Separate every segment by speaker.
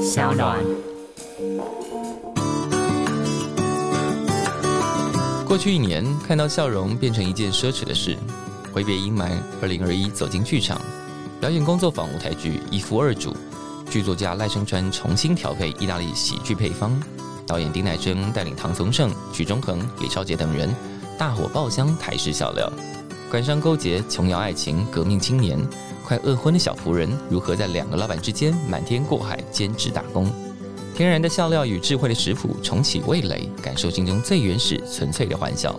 Speaker 1: 小暖。
Speaker 2: 过去一年，看到笑容变成一件奢侈的事。挥别阴霾，二零二一走进剧场，表演工作坊舞台剧《一夫二主》，剧作家赖声川重新调配意大利喜剧配方，导演丁乃真带领唐从盛、许忠恒、李少杰等人大火爆香台式笑料，官商勾结、琼瑶爱情、革命青年。快饿昏的小仆人如何在两个老板之间瞒天过海兼职打工？天然的笑料与智慧的食谱重启味蕾，感受心中最原始纯粹的欢笑。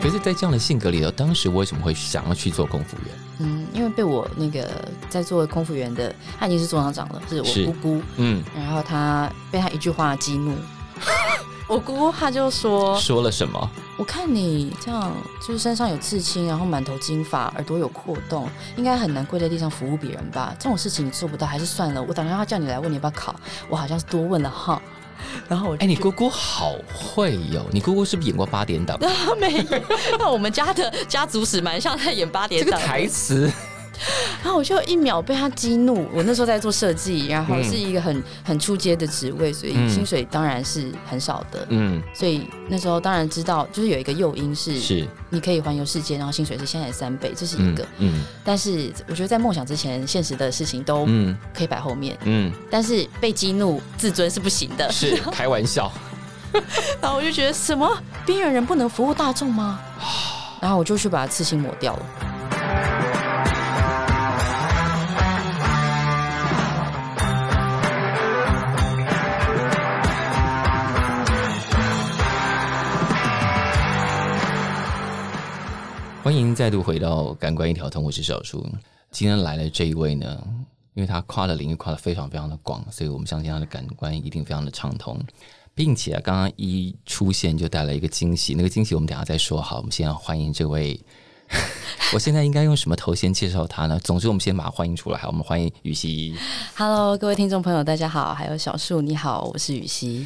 Speaker 2: 可是，在这样的性格里头，当时为什么会想要去做空服员？
Speaker 1: 嗯，因为被我那个在做空服员的，他已经是做厂长了，是
Speaker 2: 是
Speaker 1: 我姑姑。
Speaker 2: 嗯，
Speaker 1: 然后他被他一句话激怒， 我姑姑她就说
Speaker 2: 哦说了什么？：“
Speaker 1: 我看你这样，就是身上有刺青，然后满头金发，耳朵有扩洞，应该很难跪在地上服务别人吧？这种事情你做不到，还是算了。我打电话叫你来问你要不要考，我好像是多问了哈。” 然后我就
Speaker 2: 哎，你姑姑好会哟、你姑姑是不是演过八点档？
Speaker 1: 他没有，那我们家的家族史蛮像在 演八点
Speaker 2: 这个
Speaker 1: 档。
Speaker 2: 台词，
Speaker 1: 然后我就一秒被他激怒。我那时候在做设计，然后
Speaker 2: 嗯
Speaker 1: 是一个很很出街的职位，所以
Speaker 2: 嗯
Speaker 1: 薪水当然是很少的。
Speaker 2: 嗯，
Speaker 1: 所以那时候当然知道，就是有一个诱因是
Speaker 2: 是，
Speaker 1: 你可以环游世界，然后薪水是现在的三倍，这是一
Speaker 2: 嗯
Speaker 1: 个。
Speaker 2: 嗯
Speaker 1: 但是我觉得在梦想之前，现实的事情都
Speaker 2: 嗯
Speaker 1: 可以摆后面。
Speaker 2: 嗯，
Speaker 1: 但是被激怒，自尊是不行的。
Speaker 2: 是开玩笑，
Speaker 1: 然后我就觉得什么边缘人不能服务大众吗？然后我就去把刺青抹掉了。
Speaker 2: 欢迎再度回到《感官一条通》，我是小叔。今天来的这一位呢，因为他跨的领域跨的非常非常的广，所以我们相信他的感官一定非常的畅通，并且啊，刚刚一出现就带来一个惊喜，那个惊喜我们等一下再说。好，我们现在欢迎这位，我现在应该用什么头衔介绍他呢？总之，我们先把他欢迎出来。好，我们欢迎雨熙。
Speaker 1: Hello，各位听众朋友，大家好，还有小树，你好，我是雨熙。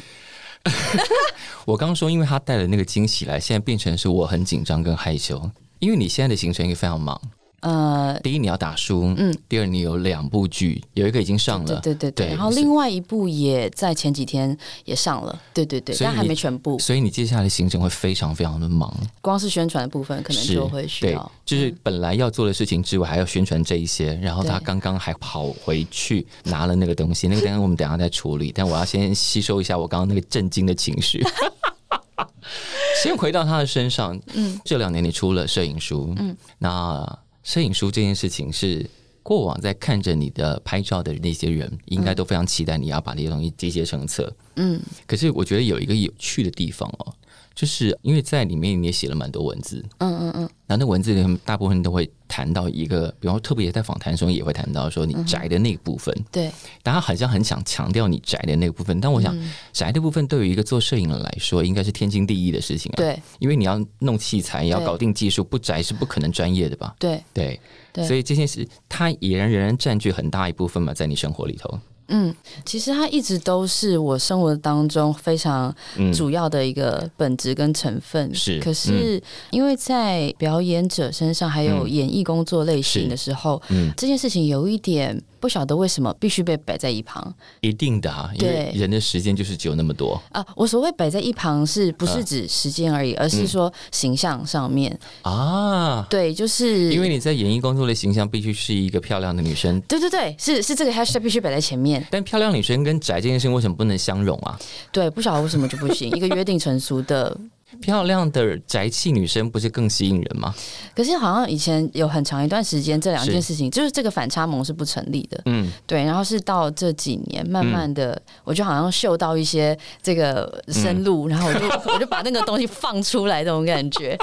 Speaker 2: 我刚说，因为他带了那个惊喜来，现在变成是我很紧张跟害羞，因为你现在的行程也非常忙。
Speaker 1: 呃，
Speaker 2: 第一，你要打书；嗯
Speaker 1: 嗯，
Speaker 2: 第二，你有两部剧，有一个已经上了，
Speaker 1: 对对对
Speaker 2: 对
Speaker 1: 对，然后另外一部也在前几天也上了，对对对，
Speaker 2: 所以
Speaker 1: 但还
Speaker 2: 你
Speaker 1: 没全部，
Speaker 2: 所以你接下来的行程会非常非常的忙，
Speaker 1: 光是宣传的部分可能
Speaker 2: 是
Speaker 1: 就会需
Speaker 2: 对
Speaker 1: 要，。嗯
Speaker 2: 就是本来要做的事情之外，还要宣传这一些。然后他
Speaker 1: 对
Speaker 2: 刚刚还跑回去拿了那个东西，那个东西我们等一下再处理，但我要先吸收一下我刚刚那个震惊的情 绪。先回到他的身上，嗯，这两年你出了摄影书，嗯，那摄影书这件事情是。过往在看着你的拍照的那些人，应该都非常期待你要把这些东西集结成册。
Speaker 1: 嗯，
Speaker 2: 可是我觉得有一个有趣的地方哦，就是因为在里面你也写了蛮多文字，
Speaker 1: 嗯嗯嗯，
Speaker 2: 然后那文字里面大部分都会谈到一个，比方说特别在访谈中也会谈到说你宅的那个部分，
Speaker 1: 对，
Speaker 2: 大家好像很想强调你宅的那个部分，但我想、
Speaker 1: 嗯
Speaker 2: 宅的部分对于一个做摄影人来说，应该是天经地义的事情啊，，
Speaker 1: 对
Speaker 2: 因为你要弄器材，也要
Speaker 1: 对
Speaker 2: 搞定技术，不宅是不可能专业的吧？
Speaker 1: 对，
Speaker 2: 对，
Speaker 1: 对
Speaker 2: 所以这件事它已然仍然占据很大一部分嘛，在你生活里头，
Speaker 1: 嗯，其实它一直都是我生活当中非常
Speaker 2: 嗯，
Speaker 1: 主要的一个本质跟成分。
Speaker 2: 是
Speaker 1: 可是因为在表演者身上，还有
Speaker 2: 嗯
Speaker 1: 演艺工作类型
Speaker 2: 是
Speaker 1: 的时候，
Speaker 2: 嗯
Speaker 1: 这件事情有一点不晓得为什么必须被摆在一旁
Speaker 2: 一定的啊，因为
Speaker 1: 对
Speaker 2: 人的时间就是只有那么多，
Speaker 1: 啊。我所谓摆在一旁，是不是
Speaker 2: 嗯
Speaker 1: 指时间而已，而是说形象上面。
Speaker 2: 啊。
Speaker 1: 对，就是
Speaker 2: 因为你在演艺工作的形象必须是一个漂亮的女生，
Speaker 1: 对对对，是是这个 hashtag 必须摆在前面。
Speaker 2: 但漂亮女生跟宅这件事情为什么不能相容啊？
Speaker 1: 对，不晓得为什么就不行，一个约定成俗的。
Speaker 2: 漂亮的宅气女生不是更吸引人吗？
Speaker 1: 可是好像以前有很长一段时间，这两
Speaker 2: 是
Speaker 1: 件事情就是这个反差萌是不成立的。
Speaker 2: 嗯，
Speaker 1: 对，然后是到这几年，慢慢的，我就好像嗅到一些这
Speaker 2: 嗯
Speaker 1: 个生路，然后我就我就把那个东西放出来，这种感觉。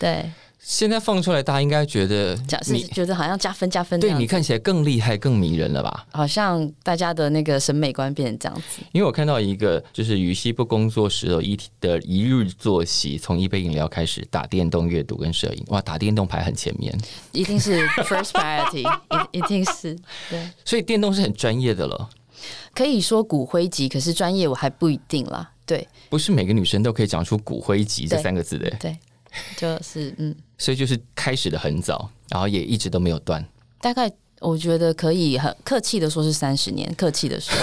Speaker 1: 对，
Speaker 2: 现在放出来，大家应该觉得
Speaker 1: 假是
Speaker 2: 你
Speaker 1: 觉得好像加分加分这
Speaker 2: 对
Speaker 1: 样，
Speaker 2: 你看起来更厉害、更迷人了吧？
Speaker 1: 好像大家的那个审美观变成这样子。
Speaker 2: 因为我看到一个，就是于西不工作时的一天的一日作息，从一杯饮料开始，打电动、阅读跟摄影。哇，打电动排很前面，
Speaker 1: 一定是 first priority，一一定是对。
Speaker 2: 所以电动是很专业的了，
Speaker 1: 可以说骨灰级，可是专业我还不一定啦。对
Speaker 2: 不是每个女生都可以讲出“骨灰级”这
Speaker 1: 对
Speaker 2: 三个字的，
Speaker 1: 对，就是嗯，
Speaker 2: 所以就是开始的很早，然后也一直都没有断。
Speaker 1: 大概我觉得可以很客气的说是三十年，客气的 说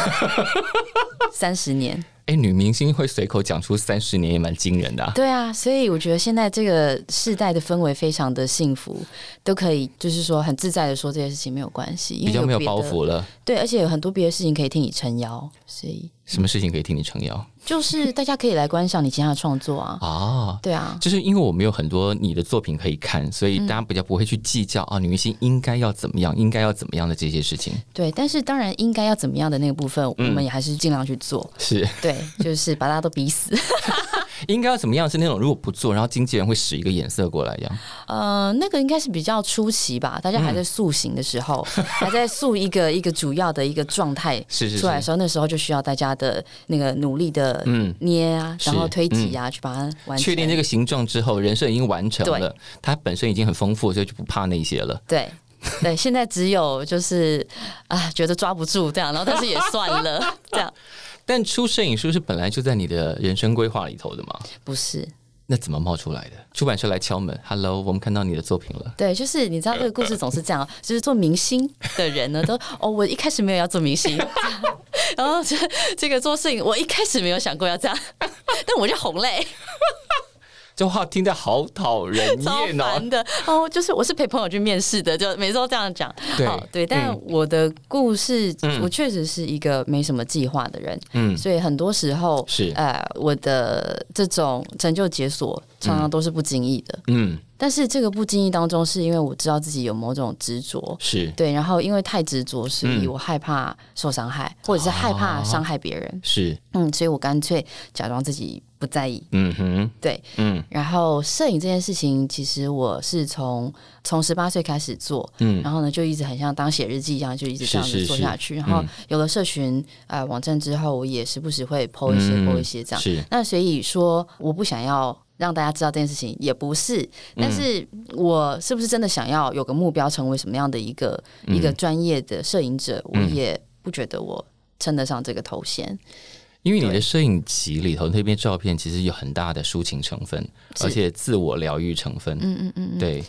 Speaker 1: 三十年。
Speaker 2: 哎，女明星会随口讲出三十年也蛮惊人的、啊，
Speaker 1: 对啊，所以我觉得现在这个世代的氛围非常的幸福，都可以就是说很自在的说这些事情没有关系，因
Speaker 2: 比
Speaker 1: 为
Speaker 2: 较没有
Speaker 1: 别
Speaker 2: 包
Speaker 1: 的。
Speaker 2: 袱了。
Speaker 1: 对，而且有很多别的事情可以替你撑腰，所以
Speaker 2: 什么事情可以替你撑腰
Speaker 1: 就是大家可以来观赏你其他的创作啊。
Speaker 2: 啊？
Speaker 1: 对啊，
Speaker 2: 就是因为我们有很多你的作品可以看，所以大
Speaker 1: 嗯
Speaker 2: 家比较不会去计较、啊，女明星应该要怎么样，应该要怎么样的这些事情。
Speaker 1: 对，但是当然应该要怎么样的那个部分，我
Speaker 2: 嗯
Speaker 1: 们也还是尽量去做。
Speaker 2: 是
Speaker 1: 对， 就是把大家都逼死。
Speaker 2: 应该要怎么样？是那种如果不做，然后经纪人会使一个眼色过来，这样
Speaker 1: 呃，那个应该是比较初期吧，大家
Speaker 2: 嗯
Speaker 1: 还在塑形的时候，还在塑一个一个主要的一个状态
Speaker 2: 是是
Speaker 1: 出来的
Speaker 2: 是，
Speaker 1: 时候，那时候就需要大家的那个努力的
Speaker 2: 嗯。
Speaker 1: 捏啊，
Speaker 2: 是嗯
Speaker 1: 然后推挤啊，去把它完成。
Speaker 2: 确定这个形状之后，人设已经完成
Speaker 1: 对
Speaker 2: 了，它本身已经很丰富，所以就不怕那些了。
Speaker 1: 对。对，现在只有就是啊，觉得抓不住这样，然后但是也算了， 这样
Speaker 2: 但出摄影书是本来就在你的人生规划里头的嘛？
Speaker 1: 不是
Speaker 2: 那怎么冒出来的？出版社来敲门，Hello，我们看到你的作品了。
Speaker 1: 对，就是你知道这个故事总是这样，啊就是做明星的人呢，都哦，我一开始没有要做明星， 然后这这个做摄影，我一开始没有想过要这样，但我就红嘞、
Speaker 2: 这话听得好讨人
Speaker 1: 超
Speaker 2: 厌哦。
Speaker 1: 烦的哦，就是我是陪朋友去面试的，就每次都这样讲。
Speaker 2: 对嗯
Speaker 1: 好对，但我的故事，我确实是一个没什么计划的人，
Speaker 2: 嗯，
Speaker 1: 所以很多时候
Speaker 2: 是
Speaker 1: 呃，我的这种成就解锁常常都是不经意的。
Speaker 2: 嗯，
Speaker 1: 但是这个不经意当中，是因为我知道自己有某种执着。
Speaker 2: 是
Speaker 1: 对，然后因为太执着，所
Speaker 2: 嗯
Speaker 1: 以我害怕受伤害，或者是害怕伤害别人，
Speaker 2: 是，
Speaker 1: 嗯，所以我干脆假装自己不在意，
Speaker 2: 嗯哼，
Speaker 1: 对，
Speaker 2: 嗯
Speaker 1: 然后摄影这件事情，其实我是从从十八岁开始做，
Speaker 2: 嗯
Speaker 1: 然后呢就一直很像当写日记一样，就一直这样
Speaker 2: 是
Speaker 1: 子
Speaker 2: 是
Speaker 1: 做
Speaker 2: 是嗯
Speaker 1: 下去。然后有了社群呃网站之后，我也时不时会 PO 一些、PO
Speaker 2: 嗯
Speaker 1: 一些这样。
Speaker 2: 是
Speaker 1: 那所以说，我不想要让大家知道这件事情，也不是。
Speaker 2: 嗯
Speaker 1: 但是我是不是真的想要有个目标，成为什么样的一个、
Speaker 2: 嗯
Speaker 1: 一个专业的摄影者？我也不觉得我称得上这个头衔。
Speaker 2: 因为你的摄影集里头那边照片其实有很大的抒情成分，
Speaker 1: 是
Speaker 2: 而且自我疗愈成分。嗯嗯嗯，对，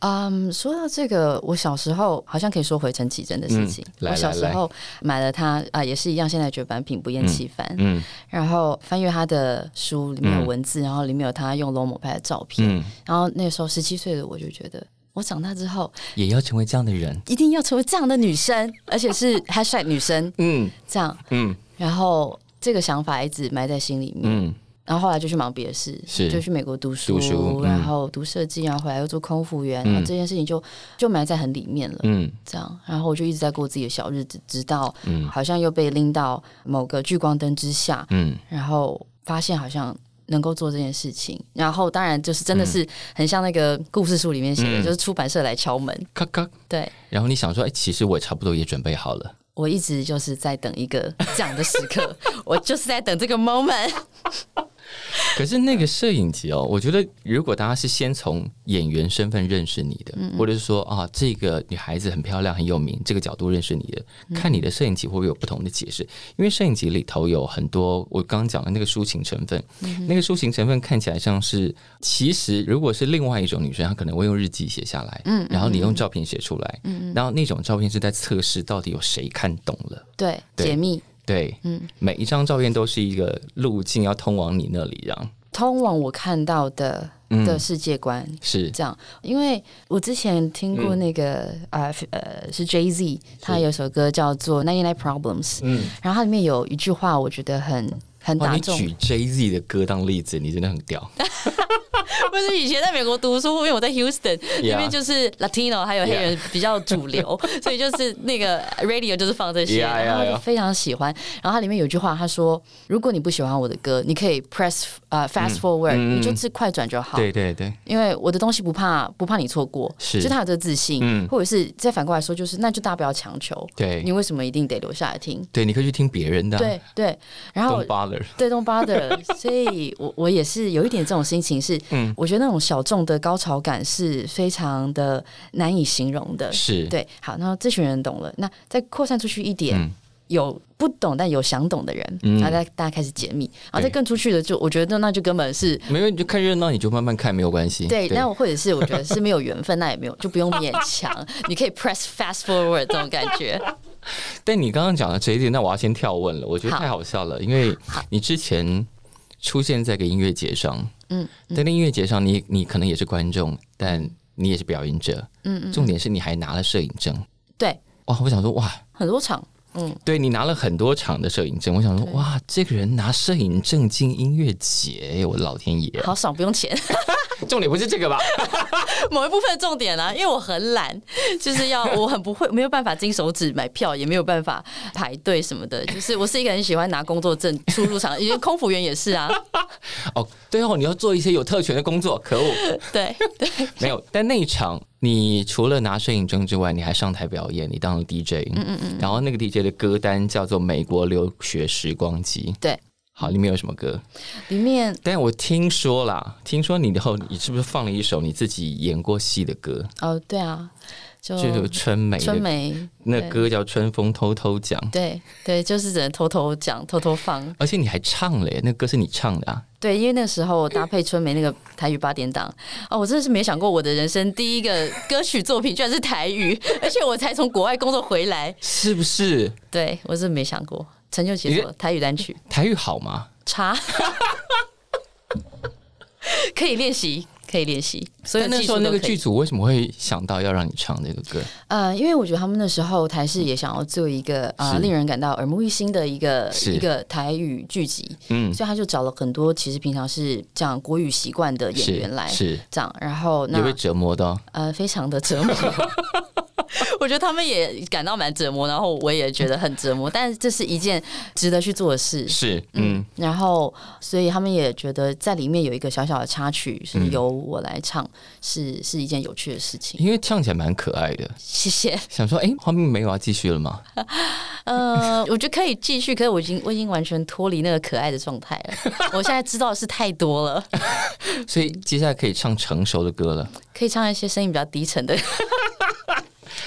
Speaker 1: 嗯说到这个，我小时候好像可以说回陈绮贞的事情。
Speaker 2: 嗯来
Speaker 1: 我小
Speaker 2: 来
Speaker 1: 时候买了她啊、也是一样，现在觉得版品不厌其烦。
Speaker 2: 嗯
Speaker 1: 然后翻阅她的书，里面有文字，然后里面有她用 Lomo 拍的照片。
Speaker 2: 嗯，
Speaker 1: 然后那时候十七岁的我就觉得，我长大之后
Speaker 2: 也要成为这样的人。
Speaker 1: 一定要成为这样的女生，而且 是 hashtag 女生
Speaker 2: 嗯
Speaker 1: 这样。
Speaker 2: 嗯
Speaker 1: 然后这个想法一直埋在心里面。
Speaker 2: 嗯，
Speaker 1: 然后后来就去忙别的事，
Speaker 2: 是
Speaker 1: 就去美国读书，
Speaker 2: 读书嗯
Speaker 1: 然后读设计，啊然后回来又做空服员，然后这件事情就就埋在很里面了。
Speaker 2: 嗯，
Speaker 1: 这样，然后我就一直在过自己的小日子，直到好像又被拎到某个聚光灯之下，
Speaker 2: 嗯，
Speaker 1: 然后发现好像能够做这件事情，然后当然就是真的是很像那个故事书里面写的，
Speaker 2: 嗯
Speaker 1: 就是出版社来敲门。
Speaker 2: 咔咔。
Speaker 1: 对
Speaker 2: 然后你想说，哎，其实我差不多也准备好了。
Speaker 1: 我一直就是在等一个这样的时刻，我就是在等这个 moment。
Speaker 2: 可是那个摄影集哦，我觉得如果大家是先从演员身份认识你的，或者是说啊，这个女孩子很漂亮、很有名，这个角度认识你的，看你的摄影集会不会有不同的解释？因为摄影集里头有很多我刚刚讲的那个抒情成分，那个抒情成分看起来像是，其实如果是另外一种女生，她可能会用日记写下来，然后你用照片写出来，然后那种照片是在测试到底有谁看懂了。
Speaker 1: 对，
Speaker 2: 对
Speaker 1: 解密
Speaker 2: 对，
Speaker 1: 嗯
Speaker 2: 每一张照片都是一个路径，要通往你那里，这样
Speaker 1: 通往我看到的
Speaker 2: 嗯
Speaker 1: 的世界观。
Speaker 2: 是
Speaker 1: 这样，因为我之前听
Speaker 2: 嗯
Speaker 1: 过那个、啊呃是 Jay Z，他有首歌叫做《Ninety Nine Problems》，
Speaker 2: 嗯
Speaker 1: 然后它里面有一句话，我觉得很很
Speaker 2: 哇，
Speaker 1: 打
Speaker 2: 你
Speaker 1: 中。
Speaker 2: 举 Jay Z 的歌当例子，你真的很屌。
Speaker 1: 不是以前在美国读书，因为我在 Houston 那边就是 Latino 还有黑人比较主 流，所以就是那个 radio 就是放这些，
Speaker 2: Yeah, yeah,
Speaker 1: 然后我
Speaker 2: yeah.
Speaker 1: 就非常喜欢。然后它里面有一句话，他说：“如果你不喜欢我的歌，你可以 press 呃 fast forward，、
Speaker 2: 嗯嗯
Speaker 1: 你就是快转就好。”
Speaker 2: 对对对，
Speaker 1: 因为我的东西不怕不怕你错过，
Speaker 2: 是
Speaker 1: 就他有这个自信，
Speaker 2: 嗯
Speaker 1: 或者是再反过来说，就是那就大家不要强求，
Speaker 2: 对
Speaker 1: 你为什么一定得留下来听？
Speaker 2: 对，你可以去听别人的啊、
Speaker 1: 对对，然后
Speaker 2: ，Don't bother。
Speaker 1: 对 Don't bother，所以我我也是有一点这种心情是，
Speaker 2: 嗯
Speaker 1: 我觉得那种小众的高潮感是非常的难以形容的，
Speaker 2: 是，
Speaker 1: 对。好，那这群人懂了，那再扩散出去一点。
Speaker 2: 嗯
Speaker 1: 有不懂但有想懂的人，
Speaker 2: 嗯
Speaker 1: 然后大大家开始解密，然后再
Speaker 2: 对
Speaker 1: 更出去的就，我觉得那就根本是
Speaker 2: 没有你就看热闹，你就慢慢看，没有关系。
Speaker 1: 对，那我或者是我觉得是没有缘分，那也没有，就不用勉 强。你可以 press fast forward 这种感觉。
Speaker 2: 但你刚刚讲的这一点，那我要先跳问了，我觉得
Speaker 1: 好
Speaker 2: 太好笑了，因为你之前出现在一个音乐节上，嗯，在那音乐节上你，你可能也是观众，但
Speaker 1: 嗯
Speaker 2: 你也是表演者，嗯嗯，重点是你还拿了摄影证，
Speaker 1: 对，
Speaker 2: 哇，我想说哇，
Speaker 1: 很多场，嗯，
Speaker 2: 对你拿了很多场的摄影证，我想说哇，这个人拿摄影证进音乐节，我的老天爷，
Speaker 1: 好爽，不用钱。
Speaker 2: 重点不是这个吧？
Speaker 1: 某一部分的重点啊，因为我很懒，就是要我很不会，没有办法金手指买票，也没有办法排队什么的。就是我是一个很喜欢拿工作证出入场，因为空服员也是啊。
Speaker 2: 哦，对哦，你要做一些有特权的工作，可恶。
Speaker 1: 对对，
Speaker 2: 没有，但那一场你除了拿摄影证之外，你还上台表演，你当了 DJ，嗯嗯嗯，然后那个 DJ 的歌单叫做《美国留学时光机》，
Speaker 1: 对，
Speaker 2: 好，里面有什么歌？
Speaker 1: 里面
Speaker 2: 但我听说啦，听说你以后你是不是放了一首你自己演过戏的歌，
Speaker 1: 哦，对啊，就
Speaker 2: 就是春梅的
Speaker 1: 春梅，
Speaker 2: 那
Speaker 1: 对
Speaker 2: 歌叫《春风偷偷讲》，
Speaker 1: 对对，就是只能偷偷讲，偷偷放。
Speaker 2: 而且你还唱了耶，那歌是你唱的啊，
Speaker 1: 对，因为那个时候我搭配春梅那个台语八点档，哦，我真的是没想过我的人生第一个歌曲作品居然是台语，而且我才从国外工作回来，
Speaker 2: 是不是？
Speaker 1: 对我真的没想过，成就解
Speaker 2: 你
Speaker 1: 锁台语单曲
Speaker 2: 台语好吗？
Speaker 1: 差， 可以练习，可以练习，所以
Speaker 2: 但那时候那个剧组为什么会想到要让你唱这个歌？
Speaker 1: 呃，因为我觉得他们那时候台视也想要做一个呃
Speaker 2: 是
Speaker 1: 令人感到耳目一新的一个
Speaker 2: 是
Speaker 1: 一个台语剧集，
Speaker 2: 嗯，
Speaker 1: 所以他就找了很多其实平常是讲国语习惯的演员来。
Speaker 2: 是
Speaker 1: 这样，然后
Speaker 2: 是
Speaker 1: 那
Speaker 2: 也被折磨的哦、
Speaker 1: 呃，非常的折磨。 我觉得他们也感到蛮折磨，然后我也觉得很折磨，但是这是一件值得去做的事。
Speaker 2: 是，嗯
Speaker 1: 然后，所以他们也觉得在里面有一个小小的插曲是
Speaker 2: 嗯
Speaker 1: 由我来唱，是是一件有趣的事情。
Speaker 2: 因为唱起来蛮可爱的，
Speaker 1: 谢谢。
Speaker 2: 想说，哎、画面没有要继续了吗？
Speaker 1: 呃，我觉得可以继续，可是我已经我已经完全脱离那个可爱的状态了。 我现在知道的事太多了，
Speaker 2: 所以接下来可以唱成熟的歌了。
Speaker 1: 可以唱一些声音比较低沉的。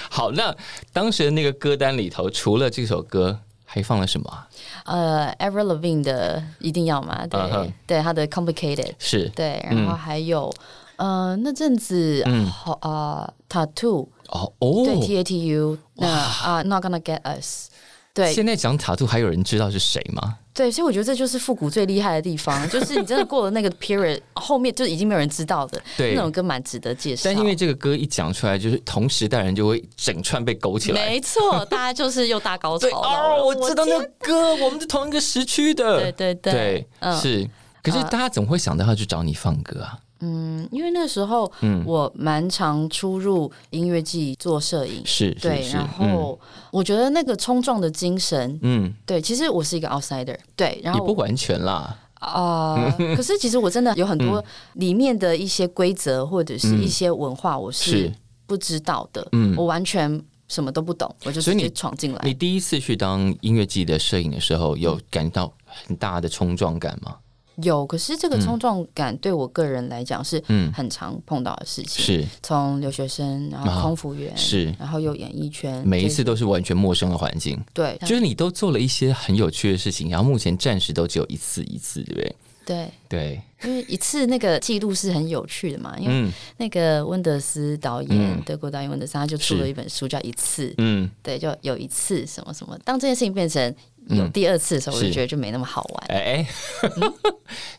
Speaker 2: 好，那当时的那个歌单里头，除了这首歌，还放了什么啊？
Speaker 1: 呃，Ever Levine 的一定要嘛，对、
Speaker 2: 嗯哼
Speaker 1: 对，他的 Complicated。
Speaker 2: 是
Speaker 1: 对，然后
Speaker 2: 嗯
Speaker 1: 还有，呃，那阵子
Speaker 2: 嗯
Speaker 1: 好啊，Tattoo
Speaker 2: 哦
Speaker 1: 对
Speaker 2: 哦，
Speaker 1: T A T U 那啊，Not Gonna Get Us。对
Speaker 2: 现在讲塔兔，还有人知道是谁吗？
Speaker 1: 对，所以我觉得这就是复古最厉害的地 方，就是你真的过了那个 period，后面就已经没有人知道的
Speaker 2: 对
Speaker 1: 那种歌，蛮值得介绍。
Speaker 2: 但因为这个歌一讲出来，就是同时代人就会整串被勾起来。
Speaker 1: 没错，大家就是又大高潮
Speaker 2: 对
Speaker 1: 了。
Speaker 2: 哦，我知道那个歌，我们是同一个时区的。
Speaker 1: 对对对
Speaker 2: 对，
Speaker 1: 嗯
Speaker 2: 是。可是大家怎么会想到要去找你放歌啊？
Speaker 1: 嗯，因为那时候
Speaker 2: 嗯
Speaker 1: 我蛮常出入音乐季做摄影，
Speaker 2: 是，是
Speaker 1: 对，
Speaker 2: 是
Speaker 1: 然
Speaker 2: 嗯
Speaker 1: 后我觉得那个冲撞的精神，
Speaker 2: 嗯，
Speaker 1: 对，其实我是一个 outsider，对，然
Speaker 2: 也
Speaker 1: 后
Speaker 2: 不完全啦。
Speaker 1: 啊、可是其实我真的有很
Speaker 2: 嗯
Speaker 1: 多里面的一些规则或者是一些文化，我是
Speaker 2: 是
Speaker 1: 不知道的，
Speaker 2: 嗯
Speaker 1: 我完全什么都不懂，我就
Speaker 2: 所
Speaker 1: 直
Speaker 2: 以你
Speaker 1: 接闯进来。
Speaker 2: 你第一次去当音乐季的摄影的时候，有感到很大的冲撞感吗？
Speaker 1: 有，可是这个冲撞感对我个人来讲是
Speaker 2: 嗯
Speaker 1: 很常碰到的事情，
Speaker 2: 是
Speaker 1: 从留学生，然后
Speaker 2: 啊
Speaker 1: 空服员，
Speaker 2: 是，
Speaker 1: 然后有演艺圈，
Speaker 2: 每一
Speaker 1: 这
Speaker 2: 次都是完全陌生的环境，
Speaker 1: 对，
Speaker 2: 就是你都做了一些很有趣的事情，然后目前暂时都只有一次一次，对不对？
Speaker 1: 对。
Speaker 2: 对，
Speaker 1: 因为一次那个记录是很有趣的嘛，因为
Speaker 2: 嗯
Speaker 1: 那个温德斯导演，
Speaker 2: 嗯
Speaker 1: 德国导演温德斯，他就出了
Speaker 2: 是
Speaker 1: 一本书叫《一次》，
Speaker 2: 嗯，
Speaker 1: 对，就有一次什么什么，当这件事情变成有
Speaker 2: 嗯
Speaker 1: 第二次的时候，我就是觉得就没那么好玩。
Speaker 2: 哎哎，
Speaker 1: 嗯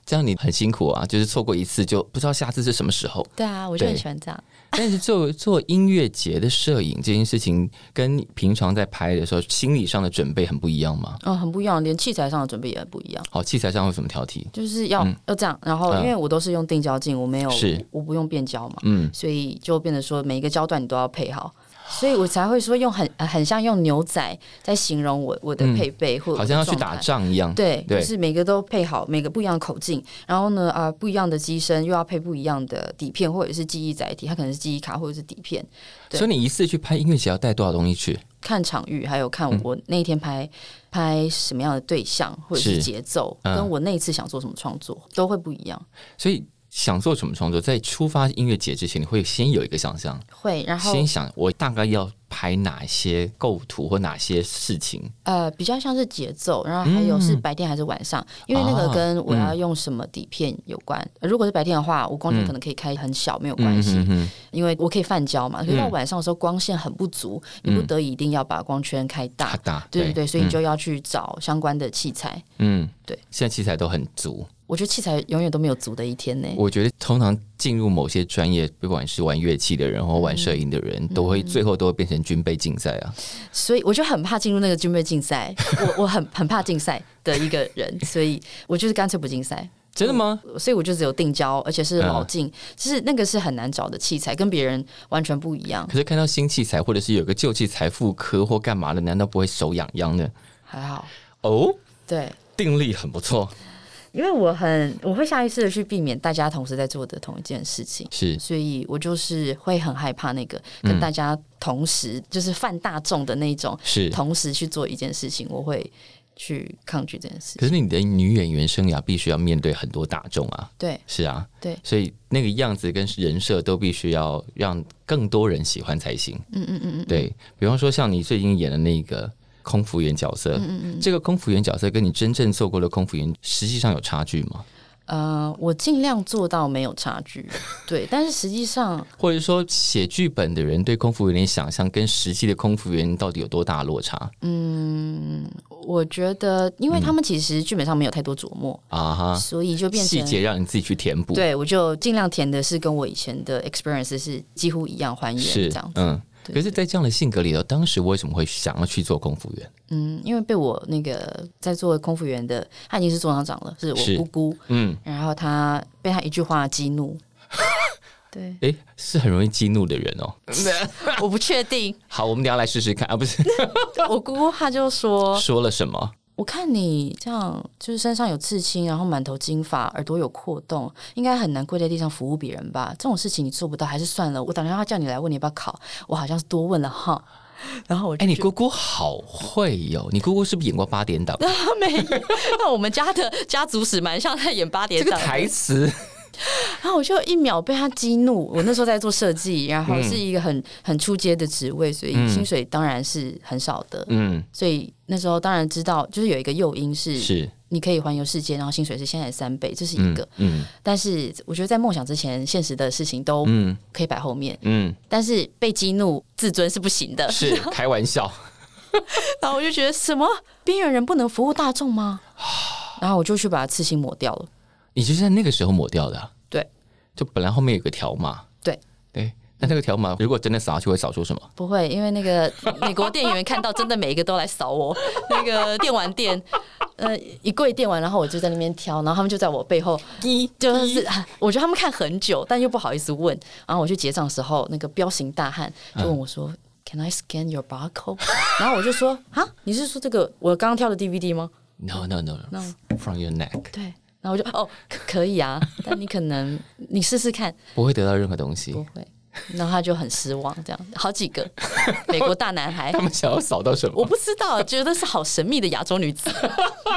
Speaker 2: 这样你很辛苦啊，就是错过一次就不知道下次是什么时 候。
Speaker 1: 对啊，我就很
Speaker 2: 对
Speaker 1: 喜欢这样。
Speaker 2: 但是做做音乐节的摄影这件事情，跟你平常在拍的时候心理上的准备很不一样吗？
Speaker 1: 嗯，很不一样，连器材上的准备也不一样。
Speaker 2: 好，器材上有什么挑剔？
Speaker 1: 就是要、
Speaker 2: 嗯
Speaker 1: 要这样，然后
Speaker 2: 嗯
Speaker 1: 因为我都是用定焦镜，我没有
Speaker 2: 是
Speaker 1: 我不用变焦嘛，
Speaker 2: 嗯，
Speaker 1: 所以就变得说每一个焦段你都要配好，
Speaker 2: 啊
Speaker 1: 所以我才会说用很呃很像用牛仔在形容我我的
Speaker 2: 嗯
Speaker 1: 配备或者
Speaker 2: 好
Speaker 1: 我的
Speaker 2: 像要去
Speaker 1: 状
Speaker 2: 打
Speaker 1: 态。
Speaker 2: 仗一样。
Speaker 1: 对，
Speaker 2: 对
Speaker 1: 就是每个都配好，每个不一样的口径，然后呢，啊、不一样的机身又要配不一样的底片或者是记忆载体，它可能是记忆卡或者是底片，对
Speaker 2: 所以你一次去拍音乐节要带多少东西去？
Speaker 1: 看场域，还有看
Speaker 2: 嗯
Speaker 1: 我那一天拍、拍什么样的对象或者是
Speaker 2: 是
Speaker 1: 节奏，
Speaker 2: 嗯
Speaker 1: 跟我那一次想做什么创作都会不一样。
Speaker 2: 所以想做什么创作，在出发音乐节之前，你会先有一个想象，
Speaker 1: 会，然后
Speaker 2: 先想我大概要拍哪些构图或哪些事情。
Speaker 1: 呃，比较像是节奏，然后还有是白天还是晚上，因为那个
Speaker 2: 嗯啊
Speaker 1: 跟我要用什么底片有关。呃如果是白天的话，我光线可能可以开很小，没有关系，
Speaker 2: 嗯哼
Speaker 1: 因为我可以泛焦嘛。可是到
Speaker 2: 嗯
Speaker 1: 晚上的时候，光线很不足，你不得已一定要把光圈开大。
Speaker 2: 大大
Speaker 1: 对对对，所以你
Speaker 2: 嗯
Speaker 1: 就要去找相关的器材。
Speaker 2: 嗯，
Speaker 1: 对，
Speaker 2: 现在器材都很足。
Speaker 1: 我觉得器材永远都没有足的一天呢。
Speaker 2: 我觉得通常进入某些专业，不管是玩乐器的人或玩摄影的
Speaker 1: 嗯
Speaker 2: 人，都会最后都会变成军备竞赛啊。
Speaker 1: 所以我就很怕进入那个军备竞赛，我我很很怕竞赛的一个人，所以我就是干脆不竞赛。
Speaker 2: 真的吗？
Speaker 1: 所以我就只有定焦，而且是
Speaker 2: 嗯
Speaker 1: 老镜，其实那个是很难找的器材，跟别人完全不一样。
Speaker 2: 可是看到新器材，或者是有个旧器材复刻或干嘛的，难道不会手痒痒的？
Speaker 1: 还好，
Speaker 2: 哦，
Speaker 1: 对，
Speaker 2: 定力很不错，
Speaker 1: 因为我很我会下意识的去避免大家同时在做的同一件事情，
Speaker 2: 是
Speaker 1: 所以我就是会很害怕那个
Speaker 2: 嗯
Speaker 1: 跟大家同时、就是泛大众的那种，
Speaker 2: 是。
Speaker 1: 同时去做一件事情，我会去抗拒这件事
Speaker 2: 可
Speaker 1: 情。
Speaker 2: 是你的女演员生涯必须要面对很多大众啊，
Speaker 1: 对
Speaker 2: 是啊，
Speaker 1: 对，
Speaker 2: 所以那个样子跟人设都必须要让更多人喜欢才行。
Speaker 1: 嗯嗯嗯嗯，
Speaker 2: 对比方说，像你最近演的那个空服员角
Speaker 1: 嗯
Speaker 2: 色，这个空服员角色跟你真正做过的空服员实际上有差距吗？
Speaker 1: 呃，我尽量做到没有差距，对，但是实际上
Speaker 2: 或者说，写剧本的人对空服员的想象跟实际的空服员到底有多大落差
Speaker 1: 嗯我觉得，
Speaker 2: 嗯
Speaker 1: 因为他们其实剧本上没有太多琢磨，
Speaker 2: 啊？哈，
Speaker 1: 所以就变
Speaker 2: 细
Speaker 1: 成
Speaker 2: 节让你自己去填补，
Speaker 1: 对我就尽量填的是跟我以前的 experience 是几乎一样还原这
Speaker 2: 是
Speaker 1: 样子。
Speaker 2: 嗯。
Speaker 1: 对
Speaker 2: 可是，在这样的性格里头，当时为什么会想要去做空服员？
Speaker 1: 嗯，因为被我那个在做空服员的，他已经是做厂长了，是
Speaker 2: 是
Speaker 1: 我姑姑，
Speaker 2: 嗯，
Speaker 1: 然后他被他一句话激 怒。对，
Speaker 2: 诶，是很容易激怒的人哦。
Speaker 1: 我不确定。
Speaker 2: 好，我们等一下来试试看啊，不 是
Speaker 1: 我姑姑她就说
Speaker 2: 说了什么？：“
Speaker 1: 我看你这样，就是身上有刺青，然后满头金发，耳朵有扩洞，应该很难跪在地上服务别人吧？这种事情你做不到，还是算了。我打电话叫你来问你要不要考，我好像是多问了哈。 然后我就
Speaker 2: 哎、你姑姑好会哟、你姑姑是不是演过八点档？
Speaker 1: 他 没有，那我们家的家族史蛮像在演八点
Speaker 2: 这个
Speaker 1: 档的。
Speaker 2: 台词
Speaker 1: 然后我就一秒被他激怒。我那时候在做设计，然后是一个
Speaker 2: 嗯
Speaker 1: 很很出街的职位，所以薪水当然是很少的。
Speaker 2: 嗯，
Speaker 1: 所以那时候当然知道，就是有一个诱因是
Speaker 2: 是，
Speaker 1: 你可以环游世界，然后薪水是现在的三倍，这是一
Speaker 2: 嗯
Speaker 1: 个。
Speaker 2: 嗯
Speaker 1: 但是我觉得在梦想之前，现实的事情都
Speaker 2: 嗯
Speaker 1: 可以摆后面。
Speaker 2: 嗯，
Speaker 1: 但是被激怒，自尊是不行的。
Speaker 2: 是开玩笑，
Speaker 1: 然后我就觉得什么边缘人不能服务大 众吗？然后我就去把刺青抹掉了。
Speaker 2: 你就是在那个时候抹掉的啊、
Speaker 1: 对，
Speaker 2: 就本来后面有个条码，
Speaker 1: 对
Speaker 2: 对，那那个条码如果真的扫下去，会扫出什么？
Speaker 1: 不会，因为那个美国店员看到，真的每一个都来扫我。 那个电玩店，呃，一柜电玩，然后我就在那边挑，然后他们就在我背后，就是啊我觉得他们看很久，但又不好意思问。然后我去结账的时候，那个彪形大汉就问我说、c a n I scan your barcode？” 然后我就说：“啊，你是说这个我刚刚挑的 DVD 吗
Speaker 2: No no no
Speaker 1: No
Speaker 2: from your neck，？”
Speaker 1: 对。然后我就哦，可可以啊，但你可能你试试看，
Speaker 2: 不会得到任何东西
Speaker 1: 不。会。然后他就很失望，这样好几个美国大男孩
Speaker 2: 他，们想要扫到什
Speaker 1: 我
Speaker 2: 么？
Speaker 1: 不知道，觉得是好神秘的亚洲女 子。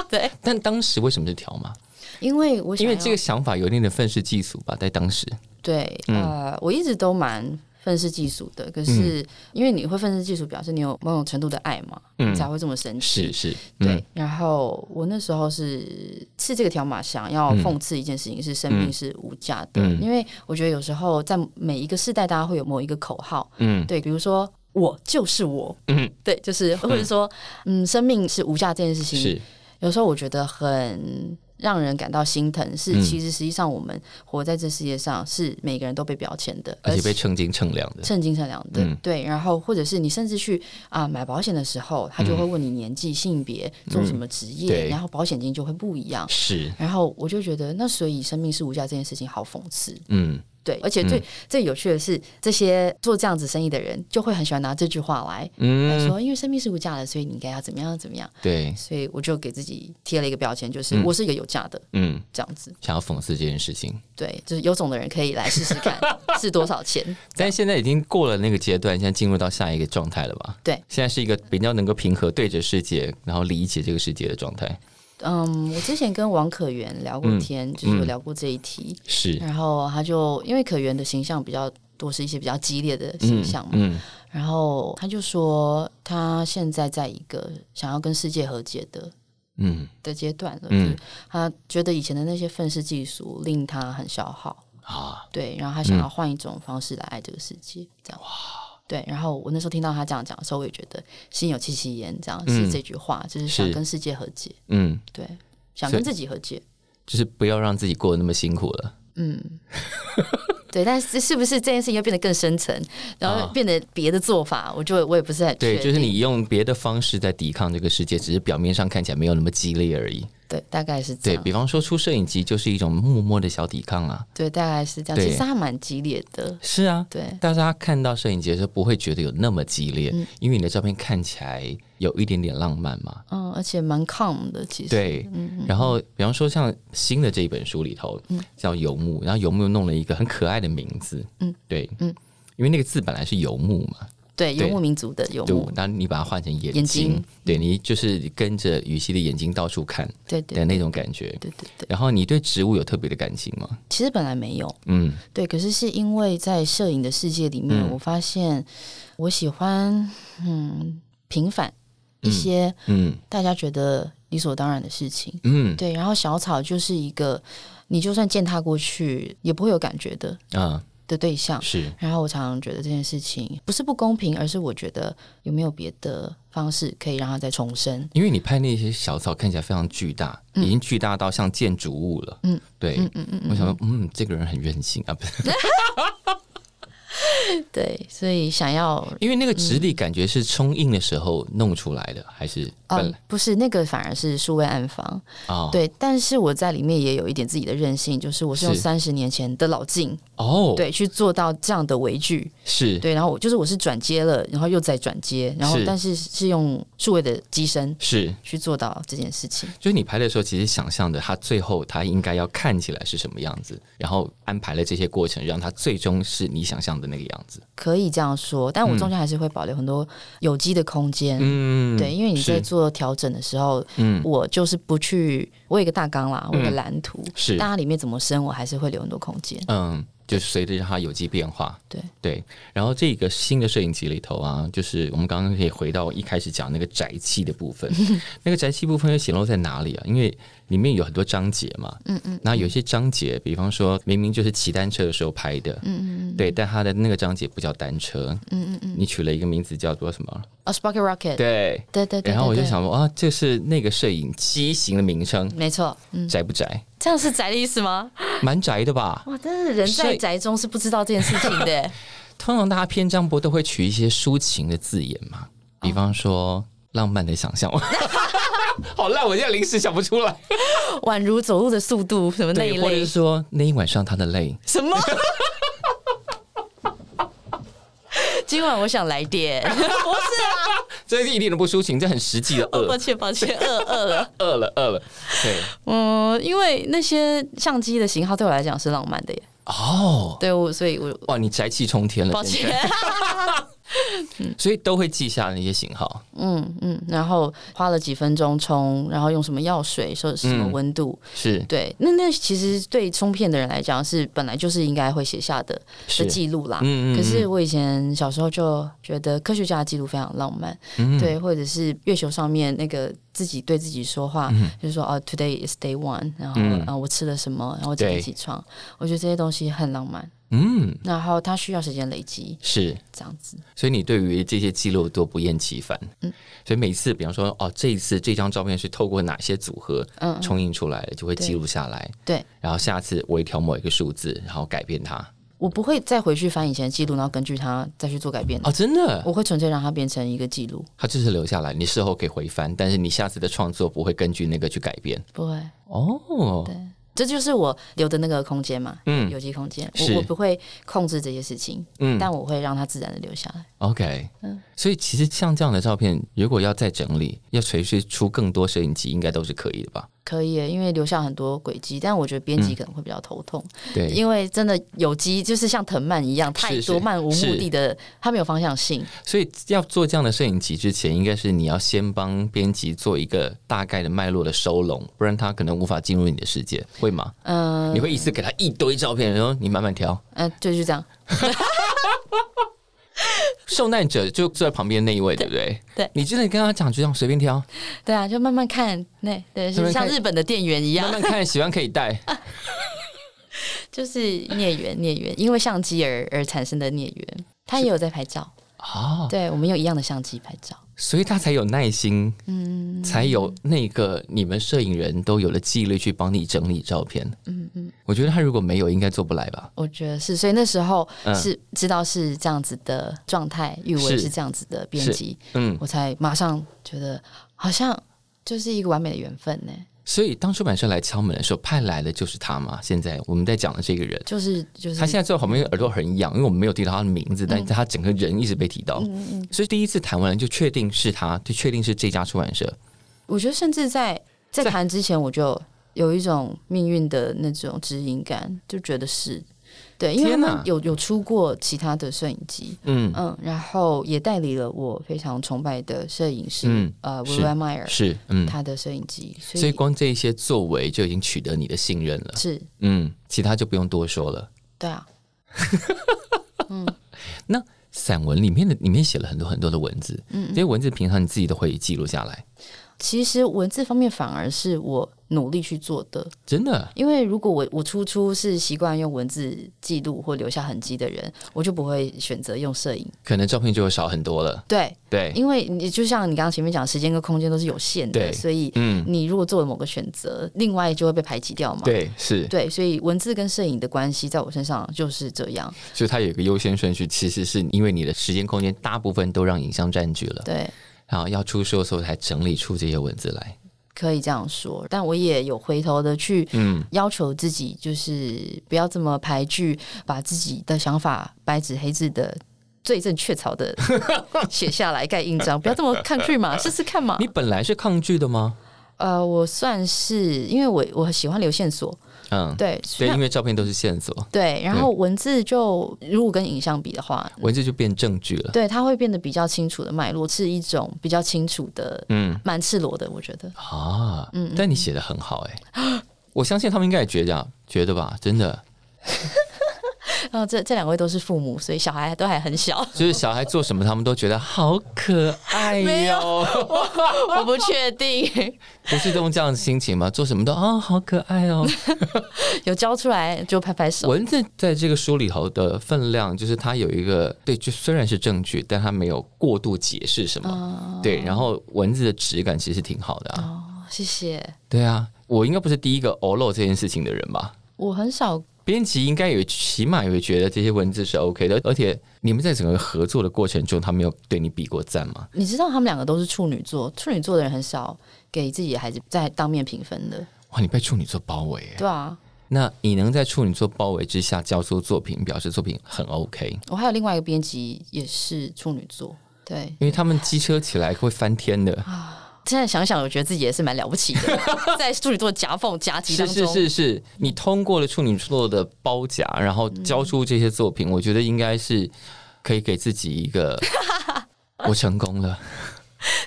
Speaker 1: 对，
Speaker 2: 但当时为什么是条码？
Speaker 1: 因为我想
Speaker 2: 因为
Speaker 1: 要
Speaker 2: 这个想法有一定的愤世嫉俗吧，在当时。
Speaker 1: 对，
Speaker 2: 嗯
Speaker 1: 呃，我一直都蛮愤世嫉俗的。可
Speaker 2: 嗯
Speaker 1: 是因为你会愤世嫉俗，表示你有某种程度的爱嘛，你才会这么生气。
Speaker 2: 嗯是是，
Speaker 1: 对，
Speaker 2: 嗯，
Speaker 1: 然后我那时候是刺这个条码，想要
Speaker 2: 嗯
Speaker 1: 讽刺一件事情，是生命是无价的。因为我觉得有时候在每一个世代，大家会有某一个口号，
Speaker 2: 嗯
Speaker 1: 对，比如说。我就是我，
Speaker 2: 嗯，
Speaker 1: 对，就是或者说，嗯，生命是无价这件事情，
Speaker 2: 是
Speaker 1: 有时候我觉得很让人感到心疼，
Speaker 2: 嗯
Speaker 1: 是其实实际上我们活在这世界上，是每个人都被标签的，
Speaker 2: 而且被称斤称两的，
Speaker 1: 称斤称两的，
Speaker 2: 嗯
Speaker 1: 对。然后或者是你甚至去啊、买保险的时候，他就会问你年纪、性别、做什么职业，
Speaker 2: 嗯对
Speaker 1: 然后保险金就会不一样。
Speaker 2: 是，
Speaker 1: 然后我就觉得，那所以生命是无价这件事情好讽刺，
Speaker 2: 嗯，
Speaker 1: 对。而且最、最有趣的是，这些做这样子生意的人就会很喜欢拿这句话来来
Speaker 2: 嗯，
Speaker 1: 说，因为生命是无价的，所以你应该要怎么样怎么样。
Speaker 2: 对，
Speaker 1: 所以我就给自己贴了一个标签，就是我是一个有价的
Speaker 2: 嗯，
Speaker 1: 这样子。
Speaker 2: 想要讽刺这件事情，
Speaker 1: 对，就是有种的人可以来试试 看是多少钱。
Speaker 2: 但现在已经过了那个阶段，现在进入到下一个状态了吧？
Speaker 1: 对
Speaker 2: 现在是一个比较能够平和对着世界，然后理解这个世界的状态，
Speaker 1: 嗯，我之前跟王可媛聊过天，
Speaker 2: 嗯
Speaker 1: 就是有聊过这一题，
Speaker 2: 是，
Speaker 1: 然后他就因为可媛的形象比较多是一些比较激烈的形象嘛，
Speaker 2: 嗯，
Speaker 1: 然后他就说他现在在一个想要跟世界和解的
Speaker 2: 嗯，
Speaker 1: 的阶段了，
Speaker 2: 嗯
Speaker 1: 就是他觉得以前的那些愤世嫉俗令他很消耗，
Speaker 2: 啊，
Speaker 1: 对，然后他想要换一种方式来爱这个世界，这样。对，然后我那时候听到他这样讲的时候，我也觉得心有戚戚焉，这样、
Speaker 2: 嗯
Speaker 1: 是这句话，就是想
Speaker 2: 是
Speaker 1: 跟世界和解，
Speaker 2: 嗯，
Speaker 1: 对，想
Speaker 2: 所以
Speaker 1: 跟自己和解，
Speaker 2: 就是不要让自己过得那么辛苦了，
Speaker 1: 嗯，对，但是是不是这件事情又变得更深层，然后
Speaker 2: 啊
Speaker 1: 变得别的做法，我就我也不是很确
Speaker 2: 对，
Speaker 1: 定。
Speaker 2: 就是你用别的方式在抵抗这个世界，只是表面上看起来没有那么激烈而已。
Speaker 1: 对，大概是这
Speaker 2: 对
Speaker 1: 样，
Speaker 2: 比方说出摄影集，就是一种默默的小抵抗啊。
Speaker 1: 对大概是这样。
Speaker 2: 对
Speaker 1: 其实他蛮激烈的，
Speaker 2: 是啊，
Speaker 1: 对
Speaker 2: 大家看到摄影节的时候不会觉得有那么激烈，
Speaker 1: 嗯
Speaker 2: 因为你的照片看起来有一点点浪漫嘛。
Speaker 1: 嗯，而且蛮 calm 的，其实
Speaker 2: 对，
Speaker 1: 嗯，
Speaker 2: 然后比方说像新的这一本书里头叫游牧，然后游牧弄了一个很可爱的名字，
Speaker 1: 嗯，
Speaker 2: 对，
Speaker 1: 嗯，
Speaker 2: 因为那个字本来是游牧嘛，
Speaker 1: 对
Speaker 2: 对
Speaker 1: 游牧民族的游
Speaker 2: 就
Speaker 1: 牧，
Speaker 2: 然后你把它换成眼睛，
Speaker 1: 眼睛
Speaker 2: 对你就是跟着羽西的眼睛到处看
Speaker 1: 对对
Speaker 2: 的那种感觉。
Speaker 1: 对对对。
Speaker 2: 然后你对植物有特别的感情吗？
Speaker 1: 其实本来没有，
Speaker 2: 嗯，
Speaker 1: 对，可是是因为在摄影的世界里面，
Speaker 2: 嗯
Speaker 1: 我发现我喜欢嗯平凡一些
Speaker 2: 嗯
Speaker 1: 大家觉得理所当然的事情。
Speaker 2: 嗯
Speaker 1: 对，然后小草就是一个你就算践踏过去也不会有感觉的
Speaker 2: 啊，
Speaker 1: 的对象。
Speaker 2: 是
Speaker 1: 然后我常常觉得这件事情不是不公平，而是我觉得有没有别的方式可以让它再重生。
Speaker 2: 因为你拍那些小草看起来非常巨大，已经巨大到像建筑物了。嗯
Speaker 1: 嗯，
Speaker 2: 对，我想说，嗯，这个人很任性啊，不是，
Speaker 1: 对，所以想要，
Speaker 2: 因为那个直立感觉是冲印的时候弄出来的，还是本
Speaker 1: 嗯
Speaker 2: 来，
Speaker 1: 不是那个反而是数位暗房，
Speaker 2: 哦，
Speaker 1: 嗯对，但是我在里面也有一点自己的任性，就是我是用
Speaker 2: 是
Speaker 1: 三十年前的老镜，
Speaker 2: 哦，，
Speaker 1: 对，去做到这样的微距，
Speaker 2: 是
Speaker 1: 对，然后我就是我是转接了，然后又再转接，然后
Speaker 2: 是
Speaker 1: 但是是用数位的机身
Speaker 2: 是，
Speaker 1: 去做到这件事情。
Speaker 2: 就是你拍的时候，其实想象的他最后他应该要看起来是什么样子，然后安排了这些过程，让他最终是你想象的那个样子。
Speaker 1: 可以这样说，但我中间还是会保留很多有机的空间。
Speaker 2: 嗯，
Speaker 1: 对，因为你在
Speaker 2: 是
Speaker 1: 做调整的时候，
Speaker 2: 嗯
Speaker 1: 我就是不去，我有一个大纲啦，我有一个蓝图，
Speaker 2: 是
Speaker 1: 但它里面怎么生，我还是会留很多空间。
Speaker 2: 嗯，就是随着它有机变化。
Speaker 1: 对
Speaker 2: 对，然后这个新的摄影集里头啊，就是我们刚刚可以回到一开始讲那个宅气的部 分，那个宅气部分又显露在哪里啊？因为里面有很多章节嘛，嗯嗯，那有些章节，比方说明明就是骑单车的时候拍的，嗯嗯，对，但它的那个章节不叫单车，嗯嗯嗯，你取了一个名字叫做什么？
Speaker 1: 哦，Sparky Rocket，
Speaker 2: 对，
Speaker 1: 对对对，
Speaker 2: 然后我就
Speaker 1: 对，
Speaker 2: 想说啊，这是那个摄影机型的名称
Speaker 1: 对，没错，嗯，
Speaker 2: 宅不宅？
Speaker 1: 这样是宅的意思吗？
Speaker 2: 蛮宅的吧？
Speaker 1: 哇，但是人
Speaker 2: 所
Speaker 1: 在
Speaker 2: 以
Speaker 1: 宅中是不知道这件事情 的。欸
Speaker 2: 通常大家篇章不都会取一些抒情的字眼嘛？比方说“浪漫的想象”， 好烂，我现在临时想不出来。
Speaker 1: 宛如走路的速度什么那一
Speaker 2: 对，或者
Speaker 1: 类
Speaker 2: 是，说那一晚上他的泪，
Speaker 1: 什么？ 今晚我想来点， 不是
Speaker 2: 这是一点都不抒情，这很实际的
Speaker 1: 啊， 抱
Speaker 2: 饿，
Speaker 1: 歉抱歉，饿饿了。
Speaker 2: 饿了，饿了。对，
Speaker 1: 嗯，因为那些相机的型号对我来讲是浪漫的耶，
Speaker 2: 哦，
Speaker 1: 对我，所以我
Speaker 2: 哇，你宅气冲天了，
Speaker 1: 抱
Speaker 2: 现
Speaker 1: 歉
Speaker 2: 在，所以都会记下那些型号。
Speaker 1: 嗯嗯，然后花了几分钟冲，然后用什么药水，说什么温度，
Speaker 2: 是
Speaker 1: 对，那那其实对冲片的人来讲是本来就是应该会写下的的
Speaker 2: 是，
Speaker 1: 记录啦，
Speaker 2: 嗯
Speaker 1: 可是我以前小时候就觉得科学家的记录非常浪漫，
Speaker 2: 嗯
Speaker 1: 对，或者是月球上面那个自己对自己说话，就是说啊，today is day one，然后、哦
Speaker 2: 嗯
Speaker 1: 啊，我吃了什么，然后我几
Speaker 2: 对
Speaker 1: 点起床，我觉得这些东西很浪漫。
Speaker 2: 嗯，
Speaker 1: 然后它需要时间累积，
Speaker 2: 是。
Speaker 1: 这样子。
Speaker 2: 所以你对于这些记录都不厌其烦。
Speaker 1: 嗯
Speaker 2: 所以每次，比方说，哦，这一次这张照片是透过哪些组合
Speaker 1: 嗯嗯
Speaker 2: 冲印出来的，就会记录下来。
Speaker 1: 对，
Speaker 2: 然后下次微调某一个数字，然后改变它。
Speaker 1: 我不会再回去翻以前的记录，然后根据它再去做改变。
Speaker 2: 哦，真的，
Speaker 1: 我会纯粹让它变成一个记录，
Speaker 2: 它就是留下来，你事后可以回翻，但是你下次的创作不会根据那个去改变。
Speaker 1: 不会。
Speaker 2: 哦，
Speaker 1: 对这就是我留的那个空间嘛，
Speaker 2: 嗯
Speaker 1: 有机空间。
Speaker 2: 是
Speaker 1: 我我不会控制这些事情，
Speaker 2: 嗯
Speaker 1: 但我嗯会让它自然的留下来。
Speaker 2: ，OK，所以其实像这样的照片，如果要再整理，要垂直出更多摄影机，应该都是可以的吧？
Speaker 1: 可以耶，因为留下很多轨迹，但我觉得编辑可能会比较头痛，
Speaker 2: 嗯对，
Speaker 1: 因为真的有机就是像藤蔓一样，太
Speaker 2: 是
Speaker 1: 多漫无目的的，它没有方向性。
Speaker 2: 所以要做这样的摄影集之前，应该是你要先帮编辑做一个大概的脉络的收拢，不然他可能无法进入你的世界，会吗？
Speaker 1: 嗯、
Speaker 2: 你会一次给他一堆照片，然后你慢慢挑。
Speaker 1: 嗯、就是这样。
Speaker 2: 受难者就坐在旁边那一位，对不对？
Speaker 1: 对
Speaker 2: 你真的跟他讲，就这样随便挑，
Speaker 1: 对啊，就慢慢看，那对，
Speaker 2: 慢
Speaker 1: 是
Speaker 2: 慢
Speaker 1: 像
Speaker 2: 看
Speaker 1: 日本的店员一样，
Speaker 2: 慢慢看，喜欢可以 带。
Speaker 1: 就是孽缘孽缘，因为相机而而产生的孽缘。他也有在拍照，
Speaker 2: 啊、
Speaker 1: 对我们用一样的相机拍照。
Speaker 2: 所以他才有耐心，嗯，才有那个你们摄影人都有了纪律去帮你整理照片。嗯嗯，我觉得他如果没有，应该做不来吧。
Speaker 1: 我觉得是，所以那时候
Speaker 2: 嗯
Speaker 1: 是、知道是这样子的状态，玉文
Speaker 2: 是
Speaker 1: 是这样子的编
Speaker 2: 是
Speaker 1: 辑，
Speaker 2: 嗯，
Speaker 1: 我才马上觉得好像就是一个完美的缘分呢，
Speaker 2: 所以当出版社来敲门的时候，派来的就是他嘛。现在我们在讲的这个人，
Speaker 1: 就是就是
Speaker 2: 他现在坐在旁边耳朵很痒，因为我们没有提到他的名字，但是他整个人一直被提到。所以第一次谈完就确定是他，就确定是这家出版社。
Speaker 1: 我觉得甚至在在
Speaker 2: 在
Speaker 1: 谈之前，我就有一种命运的那种指引感，就觉得是对，因为他
Speaker 2: 天哪
Speaker 1: 们有有出过其他的摄影集，
Speaker 2: 嗯，
Speaker 1: 嗯，然后也代理了我非常崇拜的摄影师，
Speaker 2: 嗯
Speaker 1: 呃，
Speaker 2: 是
Speaker 1: 维维迈尔
Speaker 2: 是，嗯，
Speaker 1: 他的摄影集，所
Speaker 2: 所以光这一些作为就已经取得你的信任了。
Speaker 1: 是
Speaker 2: 嗯，其他就不用多说了。
Speaker 1: 对啊，
Speaker 2: 散文里面的里面写了很多很多的文字，嗯，这些文字平常你自己都会记录下来，
Speaker 1: 其实文字方面反而是我努力去做的，
Speaker 2: 真的
Speaker 1: 因为如果我我初初是习惯用文字记录或留下痕迹的人，我就不会选择用摄影。
Speaker 2: 可能照片就会少很多了。
Speaker 1: 对，
Speaker 2: 对，
Speaker 1: 因为你就像你刚刚前面讲，时间跟空间都是有限
Speaker 2: 对
Speaker 1: 的，所以
Speaker 2: 嗯，
Speaker 1: 你如果做了某个选择，另外就会被排挤掉嘛。
Speaker 2: 对，是，
Speaker 1: 对，所以文字跟摄影的关系在我身上就是这样。
Speaker 2: 就它有一个优先顺序，其实是因为你的时间空间大部分都让影像占据了，
Speaker 1: 对，
Speaker 2: 然后要出书的时候才整理出这些文字来。
Speaker 1: 可以这样说，但我也有回头的去
Speaker 2: 嗯，
Speaker 1: 要求自己，就是不要这么排拒，把自己的想法白纸黑字的。罪证确 凿的写下来盖印章，不要这么抗拒嘛，试试看嘛
Speaker 2: 你。本来是抗拒的吗？
Speaker 1: 呃，我算是因为我我喜欢留线索，
Speaker 2: 嗯，
Speaker 1: 对嗯
Speaker 2: 对，
Speaker 1: 那
Speaker 2: 因为照片都是线索，
Speaker 1: 对，然后文字就如果跟影像比的话，
Speaker 2: 文字就变证据了。
Speaker 1: 对它会变得比较清楚的脉络，是一种比较清楚的，
Speaker 2: 嗯
Speaker 1: 蛮赤裸的，我觉得。
Speaker 2: 啊，
Speaker 1: 嗯
Speaker 2: 但你写的很好哎、 我相信他们应该也觉得啊，觉得吧，真的，
Speaker 1: 然后这这两位都是父母，所以小孩都还很小，
Speaker 2: 就是小孩做什么，他们都觉得好可爱
Speaker 1: 没
Speaker 2: 哟、
Speaker 1: 我不确定
Speaker 2: 不是都这样的心情吗？做什么都啊、好可爱 哦。
Speaker 1: 有教出来就拍拍手。
Speaker 2: 文字在这个书里头的分量，就是它有一个对，就虽然是证据，但它没有过度解释什么。对，然后文字的质感其实挺好的啊。
Speaker 1: 哦，谢谢。
Speaker 2: 对啊，我应该不是第一个偶漏这件事情的人吧？
Speaker 1: 我很少
Speaker 2: 编辑应该有起码也觉得这些文字是 OK 的，而且你们在整个合作的过程中，他没有对你比过赞吗？
Speaker 1: 你知道他们两个都是处女座，处女座的人很少给自己的孩子在当面评分的，
Speaker 2: 哇，你被处女座包围耶！
Speaker 1: 对啊。
Speaker 2: 那你能在处女座包围之下交出作品，表示作品很 OK，
Speaker 1: 我还有另外一个编辑也是处女座，对。
Speaker 2: 因为他们机车起来会翻天的。
Speaker 1: 啊现在想想，我觉得自己也是蛮了不起 的，在处女座夹缝夹击当
Speaker 2: 是
Speaker 1: 中，
Speaker 2: 是是是，你通过了处女座的包夹，然后交出这些作品，我觉得应该是可以给自己一 个，我成功了。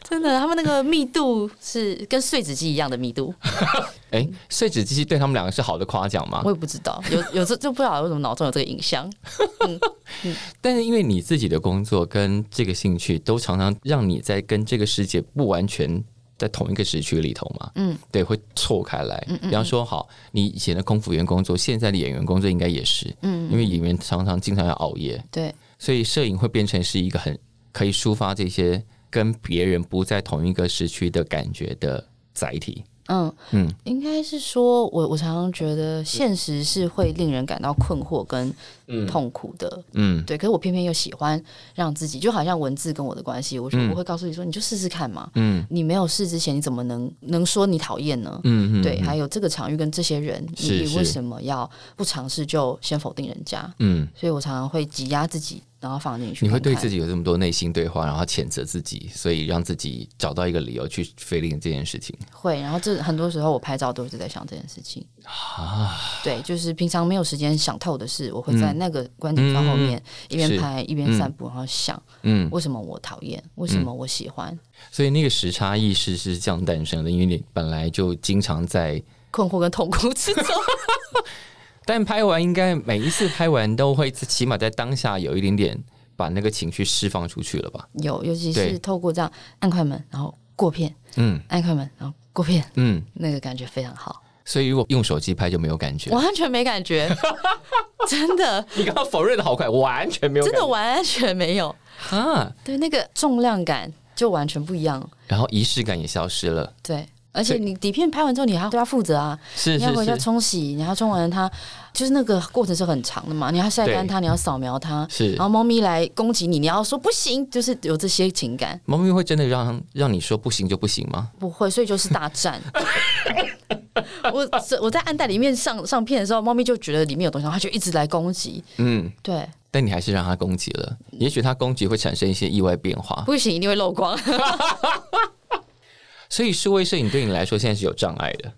Speaker 1: 真的，他们那个密度是跟碎纸机一样的密度，
Speaker 2: 哎、
Speaker 1: 嗯
Speaker 2: 碎纸机器对他们两个是好的夸奖吗
Speaker 1: 我？也不知道，有有这就不知道为什么脑中有这个影像，
Speaker 2: 但是因为你自己的工作跟这个兴趣，都常常让你在跟这个世界不完全在同一个时区里头嘛，
Speaker 1: 嗯，
Speaker 2: 对，会错开来。比方说，好，你以前的空服员工作，现在的演员工作应该也是，
Speaker 1: 嗯，
Speaker 2: 因为演员常常经常要熬夜，
Speaker 1: 对，
Speaker 2: 所以摄影会变成是一个很可以抒发这些跟别人不在同一个时区的感觉的载体。
Speaker 1: 嗯
Speaker 2: 嗯
Speaker 1: 嗯，应该是说我我常常觉得现实是会令人感到困惑跟痛苦的，
Speaker 2: 嗯
Speaker 1: 对，可是我偏偏又喜欢让自己，就好像文字跟我的关系，我说我会告诉你说，你就试试看嘛。
Speaker 2: 嗯
Speaker 1: 你没有试之前，你怎么能能说你讨厌呢？
Speaker 2: 嗯嗯，
Speaker 1: 对，还有这个场域跟这些人，你
Speaker 2: 是
Speaker 1: 你
Speaker 2: 是
Speaker 1: 为什么要不尝试就先否定人家？
Speaker 2: 嗯，
Speaker 1: 所以我常常会挤压自己，然后放进去看看。
Speaker 2: 你会对自己有这么多内心对话，然后谴责自己，所以让自己找到一个理由去非令这件事情。
Speaker 1: 会，然后这很多时候我拍照都是在想这件事情。
Speaker 2: 啊，
Speaker 1: 对，就是平常没有时间想透的事，我会
Speaker 2: 嗯
Speaker 1: 在那个观景窗后面、一
Speaker 2: 是
Speaker 1: 边拍一边散步，然后想
Speaker 2: 嗯，
Speaker 1: 为什么我讨厌，为什么我喜欢，
Speaker 2: 所以那个时差意识是这样诞生的，因为你本来就经常在，
Speaker 1: 困惑跟痛苦之中。
Speaker 2: 但拍完应该每一次拍完都会起码在当下有一点点把那个情绪释放出去了吧？
Speaker 1: 有，尤其
Speaker 2: 对
Speaker 1: 是透过这样按快门，然后过片，
Speaker 2: 嗯
Speaker 1: 按快门，然后过片，
Speaker 2: 嗯，
Speaker 1: 那个感觉非常好，
Speaker 2: 所以如果用手机拍就没有感觉。
Speaker 1: 完全没感 觉，真的，
Speaker 2: 你刚刚否认的好快，完全没有
Speaker 1: 真
Speaker 2: 感
Speaker 1: 的
Speaker 2: 觉
Speaker 1: 完全没有，
Speaker 2: 啊！
Speaker 1: 对，那个重量感就完全不一样，
Speaker 2: 然后仪式感也消失了，
Speaker 1: 对。而且你底片拍完之后，你还要对它负责啊，
Speaker 2: 是
Speaker 1: 你要
Speaker 2: 是
Speaker 1: 回家
Speaker 2: 是
Speaker 1: 冲洗，你要冲完它，就是那个过程是很长的嘛，你要晒干它，你要扫描它，
Speaker 2: 是
Speaker 1: 然。后猫咪来攻击你，你要说不行，就是有这些情感，
Speaker 2: 猫咪会真的让让你说不行就不行吗？
Speaker 1: 不会，所以就是大战。 我我在暗袋里面上上片的时候，猫咪就觉得里面有东西，然后它就一直来攻击。
Speaker 2: 嗯，
Speaker 1: 对，
Speaker 2: 但你还是让它攻击了，也许它攻击会产生一些意外变化。
Speaker 1: 不行，一定会漏光。
Speaker 2: 所以数位摄影对你来说现在是有障碍的。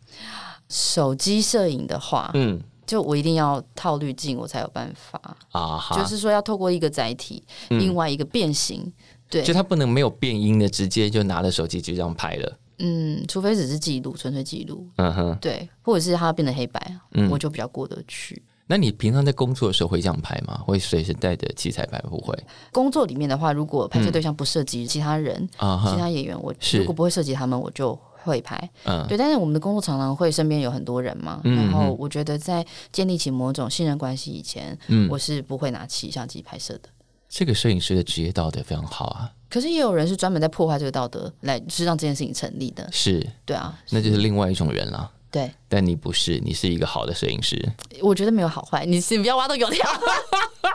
Speaker 1: 手机摄影的话，
Speaker 2: 嗯
Speaker 1: 就我一定要套滤镜，我才有办法。
Speaker 2: 啊嗯哈，
Speaker 1: 就是说，要透过一个载体，另外一个变形。对
Speaker 2: 就，它不能没有变音的，直接就拿了手机就这样拍了。
Speaker 1: 嗯，除非只是记录，纯粹记录，
Speaker 2: 嗯哼，
Speaker 1: 对，或者是它变得黑白，
Speaker 2: 嗯
Speaker 1: 我就比较过得去。
Speaker 2: 那你平常在工作的时候会这样拍吗？会随时带着器材拍？不会
Speaker 1: 工作里面的话，如果拍摄对象不涉及其他人，
Speaker 2: 啊
Speaker 1: 其
Speaker 2: 哈，
Speaker 1: 他演员，我
Speaker 2: 是
Speaker 1: 如果不会涉及他们，我就会拍。
Speaker 2: 嗯
Speaker 1: 对，但是我们的工作常常会身边有很多人嘛，
Speaker 2: 嗯
Speaker 1: 然后我觉得在建立起某种信任关系以前，
Speaker 2: 嗯，
Speaker 1: 我是不会拿起相机拍摄的。
Speaker 2: 这个摄影师的职业道德非常好啊。
Speaker 1: 可是也有人是专门在破坏这个道德，来是让这件事情成立的。
Speaker 2: 是，
Speaker 1: 对啊，
Speaker 2: 那就是另外一种人了。
Speaker 1: 对，
Speaker 2: 但你不是，你是一个好的摄影师。
Speaker 1: 我觉得没有好坏，你是不要挖到油条。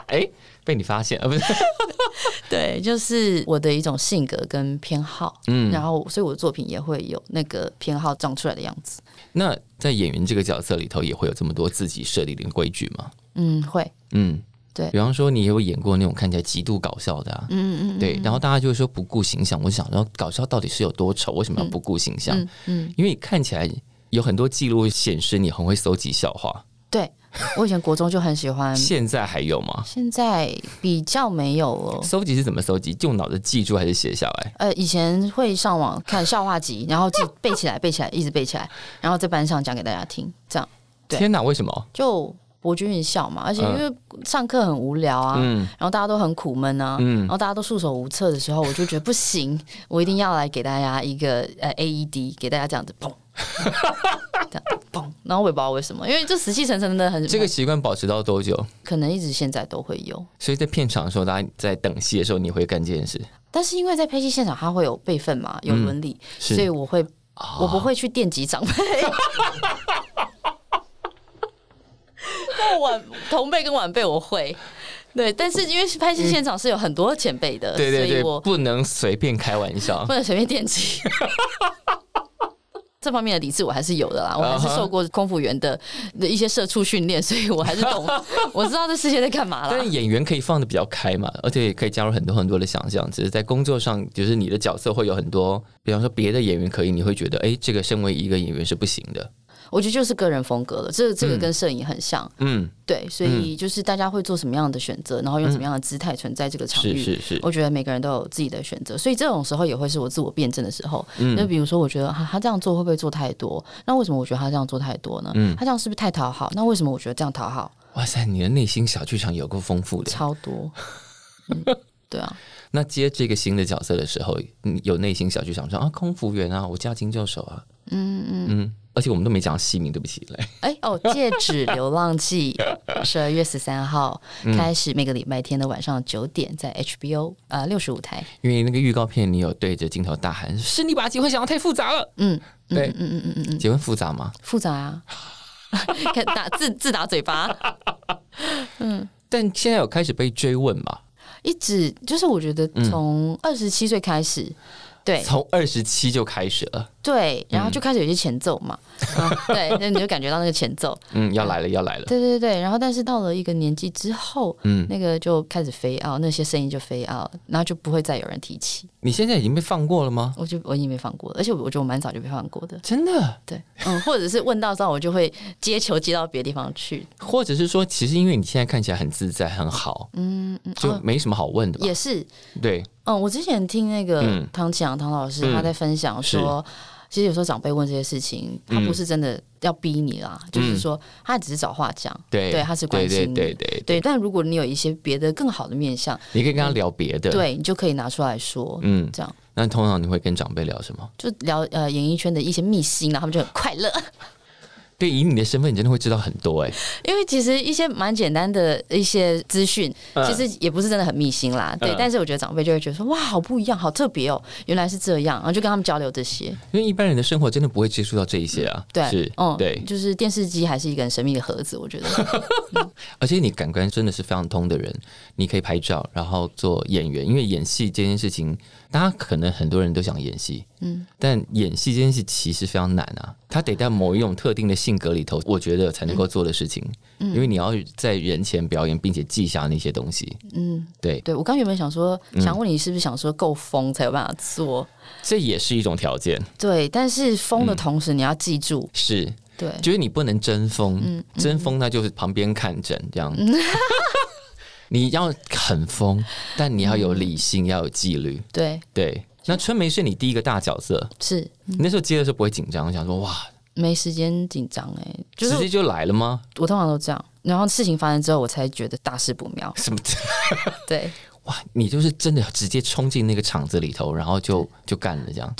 Speaker 2: 哎，被你发现啊？不是，
Speaker 1: 对，就是我的一种性格跟偏好，嗯，然后所以我的作品也会有那个偏好长出来的样子。
Speaker 2: 那在演员这个角色里头，也会有这么多自己设定的规矩吗？
Speaker 1: 嗯，会，
Speaker 2: 嗯，
Speaker 1: 对
Speaker 2: 比方说，你有演过那种看起来极度搞笑的、啊，嗯嗯对，然后大家就会说不顾形象。我想，然后搞笑到底是有多丑？为什么要不顾形象？
Speaker 1: 嗯嗯，
Speaker 2: 因为看起来有很多记录显示你很会搜集笑话，，
Speaker 1: 对我以前国中就很喜欢
Speaker 2: 现在还有吗？
Speaker 1: 现在比较没有了。
Speaker 2: 搜集是怎么搜集？用脑子记住还是写下来？
Speaker 1: 呃，以前会上网看笑话集，然后记背起来，背起来，一直背起来，然后在班上讲给大家听，这样对嗯
Speaker 2: 天哪，为什么？
Speaker 1: 就博君一笑嘛。而且因
Speaker 2: 嗯
Speaker 1: 为上课很无聊啊，
Speaker 2: 嗯
Speaker 1: 然后大家都很苦闷啊，
Speaker 2: 嗯
Speaker 1: 然后大家都束手无策的时候，我就觉得不行， 我一定要来给大家一个呃 AED，给大家这样子 砰，这样砰，然后我也不知道为什么，因为这死气沉沉的很，
Speaker 2: 这个习惯保持到多久？
Speaker 1: 可能一直现在都会有。
Speaker 2: 所以在片场的时候，大家在等戏的时候，你会干这件事？
Speaker 1: 但是因为在拍戏现场，它会有备份嘛，有伦理，
Speaker 2: 嗯是
Speaker 1: 所以我会，
Speaker 2: 啊
Speaker 1: 我不会去电 击长辈。那晚同辈跟晚辈我会，对，但是因为拍戏现场是有很多前辈的，
Speaker 2: 对对
Speaker 1: 呃所以
Speaker 2: 对，
Speaker 1: 我
Speaker 2: 不能随便开玩笑
Speaker 1: 不。能随便电击。这方面的理智我还是有的
Speaker 2: 啊
Speaker 1: 啦，我还是受过空服员的的一些社畜训练，所以我还是 懂，我知道这世界在干嘛
Speaker 2: 但
Speaker 1: 啦。
Speaker 2: 是演员可以放的比较开嘛，而且也可以加入很多很多的想象。只是在工作上，就是你的角色会有很多，比方说别的演员可以，你会觉得，哎、这个身为一个演员是不行的。
Speaker 1: 我觉得就是个人风格了，这这个跟摄影很像。
Speaker 2: 嗯，
Speaker 1: 对，所以就是大家会做什么样的选择，然后用什么样的姿态存在这个场
Speaker 2: 是
Speaker 1: 域。
Speaker 2: 是是，
Speaker 1: 我觉得每个人都有自己的选择，所以这种时候也会是我自我辩证的时候。
Speaker 2: 嗯
Speaker 1: 就比如说，我觉得啊他这样做会不会做太多？那为什么我觉得他这样做太多呢？
Speaker 2: 嗯
Speaker 1: 他这样是不是太讨好？那为什么我觉得这样讨好
Speaker 2: 哇塞，你的内心小剧场有够丰富的。
Speaker 1: 超多？嗯、对啊，
Speaker 2: 那接这个新的角色的时候，你有内心小剧场说啊，空服员啊，我驾轻就熟啊，
Speaker 1: 嗯嗯。
Speaker 2: 嗯，而且我们都没讲戏名，对不起，来，
Speaker 1: 哎哦，《戒指流浪记》十二月十三号
Speaker 2: 嗯
Speaker 1: 开始，每个礼拜天的晚上九点在 HBO 啊六十五台。
Speaker 2: 因为那个预告片你有对着镜头大喊，是你把结婚想的太复杂了，
Speaker 1: 嗯，
Speaker 2: 对，
Speaker 1: 嗯嗯嗯嗯嗯，
Speaker 2: 结婚复杂吗？
Speaker 1: 复杂啊， 看打自自打嘴巴，
Speaker 2: 但现在有开始被追问嘛？
Speaker 1: 一直就是我觉得从二十七岁开始，对
Speaker 2: 嗯从二十七就开始了，
Speaker 1: 对，然后就开始有一些前奏嘛，啊对，那你就感觉到那个前 奏，
Speaker 2: 嗯，要来了，要来了，
Speaker 1: 对对对，然后但是到了一个年纪之后，
Speaker 2: 嗯，
Speaker 1: 那个就开始飞啊，那些声音就飞啊，然后就不会再有人提起。
Speaker 2: 你现在已经被放过了吗？
Speaker 1: 我就我已经被放过了，而且我我觉得我蛮早就被放过的。
Speaker 2: 真的？
Speaker 1: 对，嗯，或者是问到之后，我就会接球接到别的地方 去。
Speaker 2: 或者是说，其实因为你现在看起来很自在、很好，
Speaker 1: 嗯，嗯
Speaker 2: 就
Speaker 1: 哦
Speaker 2: 没什么好问的吧？
Speaker 1: 也是，
Speaker 2: 对，
Speaker 1: 嗯，我之前听那个
Speaker 2: 嗯
Speaker 1: 唐启阳唐老师
Speaker 2: 嗯
Speaker 1: 他在分享说，其实有时候长辈问这些事情，
Speaker 2: 嗯
Speaker 1: 他不是真的要逼你啦，就是说他只是找话讲，
Speaker 2: 对，
Speaker 1: 对，他是关心你。
Speaker 2: 对对对对，
Speaker 1: 对但如果你有一些别的更好的面向，
Speaker 2: 你可以跟他聊别的，，
Speaker 1: 对你就可以拿出来说，
Speaker 2: 嗯，
Speaker 1: 这样
Speaker 2: 那通常你会跟长辈聊什么？
Speaker 1: 就聊呃演艺圈的一些秘辛，啊然后他们就很快乐。
Speaker 2: 对，以你的身份，你真的会知道很多哎、
Speaker 1: 因为其实一些蛮简单的一些资讯，
Speaker 2: 嗯
Speaker 1: 其实也不是真的很密心啦，对。
Speaker 2: 嗯
Speaker 1: 但是我觉得长辈就会觉得说，哇，好不一样，好特别哦，原来是这样，然后就跟他们交流这些，
Speaker 2: 因为一般人的生活真的不会接触到这一些啊。
Speaker 1: 对，
Speaker 2: 是，
Speaker 1: 嗯，
Speaker 2: 对，
Speaker 1: 就是电视机还是一个很神秘的盒子，我觉 得，
Speaker 2: 而且你感官真的是非常通的人，你可以拍照，然后做演员，因为演戏这件事情，大家可能很多人都想演戏，嗯，但演戏这件事其实非常难啊，它得在某一种特定的性格里头，我觉得才能够做的事情，
Speaker 1: 嗯
Speaker 2: 因为你要在人前表演，并且记下那些东西，
Speaker 1: 嗯，
Speaker 2: 对，
Speaker 1: 对我刚原本想说，
Speaker 2: 嗯
Speaker 1: 想问你是不是想说够疯才有办法做，
Speaker 2: 这也是一种条件，
Speaker 1: 对，但是疯的同时你要记住，
Speaker 2: 是，
Speaker 1: 对，
Speaker 2: 就是你不能争
Speaker 1: 嗯
Speaker 2: 锋，争锋那就是旁边看诊这样。 你要很疯，但你要有理性，要有纪律。
Speaker 1: 对，
Speaker 2: 对，那春梅是你第一个大角色，
Speaker 1: 是
Speaker 2: 你那时候接的时候不会紧张，想说哇，
Speaker 1: 没时间紧张哎，就
Speaker 2: 直接
Speaker 1: 是
Speaker 2: 就来了吗？
Speaker 1: 我通常都这样，然后事情发生之后，我才觉得大事不妙，
Speaker 2: 什么？
Speaker 1: 对。
Speaker 2: 哇，你就是真的直接冲进那个场子里头，然后就就干了这样。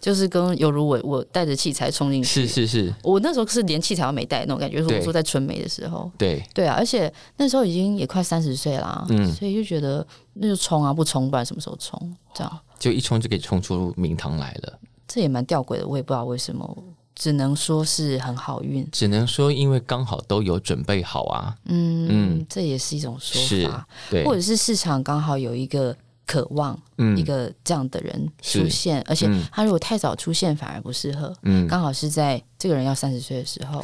Speaker 1: 就是跟有如我我带着器材冲进
Speaker 2: 是
Speaker 1: 去，
Speaker 2: 是是，
Speaker 1: 我那时候是连器材都没带那种感觉，就是
Speaker 2: 对
Speaker 1: 我说在春梅的时候。
Speaker 2: 对，
Speaker 1: 对啊，而且那时候已经也快三十岁啦，
Speaker 2: 嗯
Speaker 1: 所以就觉得那就冲啊，不冲不然什么时候冲？这样
Speaker 2: 就一冲就可以冲出名堂来了。
Speaker 1: 这也蛮吊诡的，我也不知道为什么，只能说是很好运。
Speaker 2: 只能说，因为刚好都有准备好啊。
Speaker 1: 嗯，这也是一种说法，
Speaker 2: 对，
Speaker 1: 或者是市场刚好有一个渴望、
Speaker 2: 嗯
Speaker 1: 一个这样的人
Speaker 2: 是
Speaker 1: 出现，而且
Speaker 2: 嗯
Speaker 1: 他如果太早出现反而不适合，
Speaker 2: 嗯，
Speaker 1: 刚好是在这个人要三十岁的时 候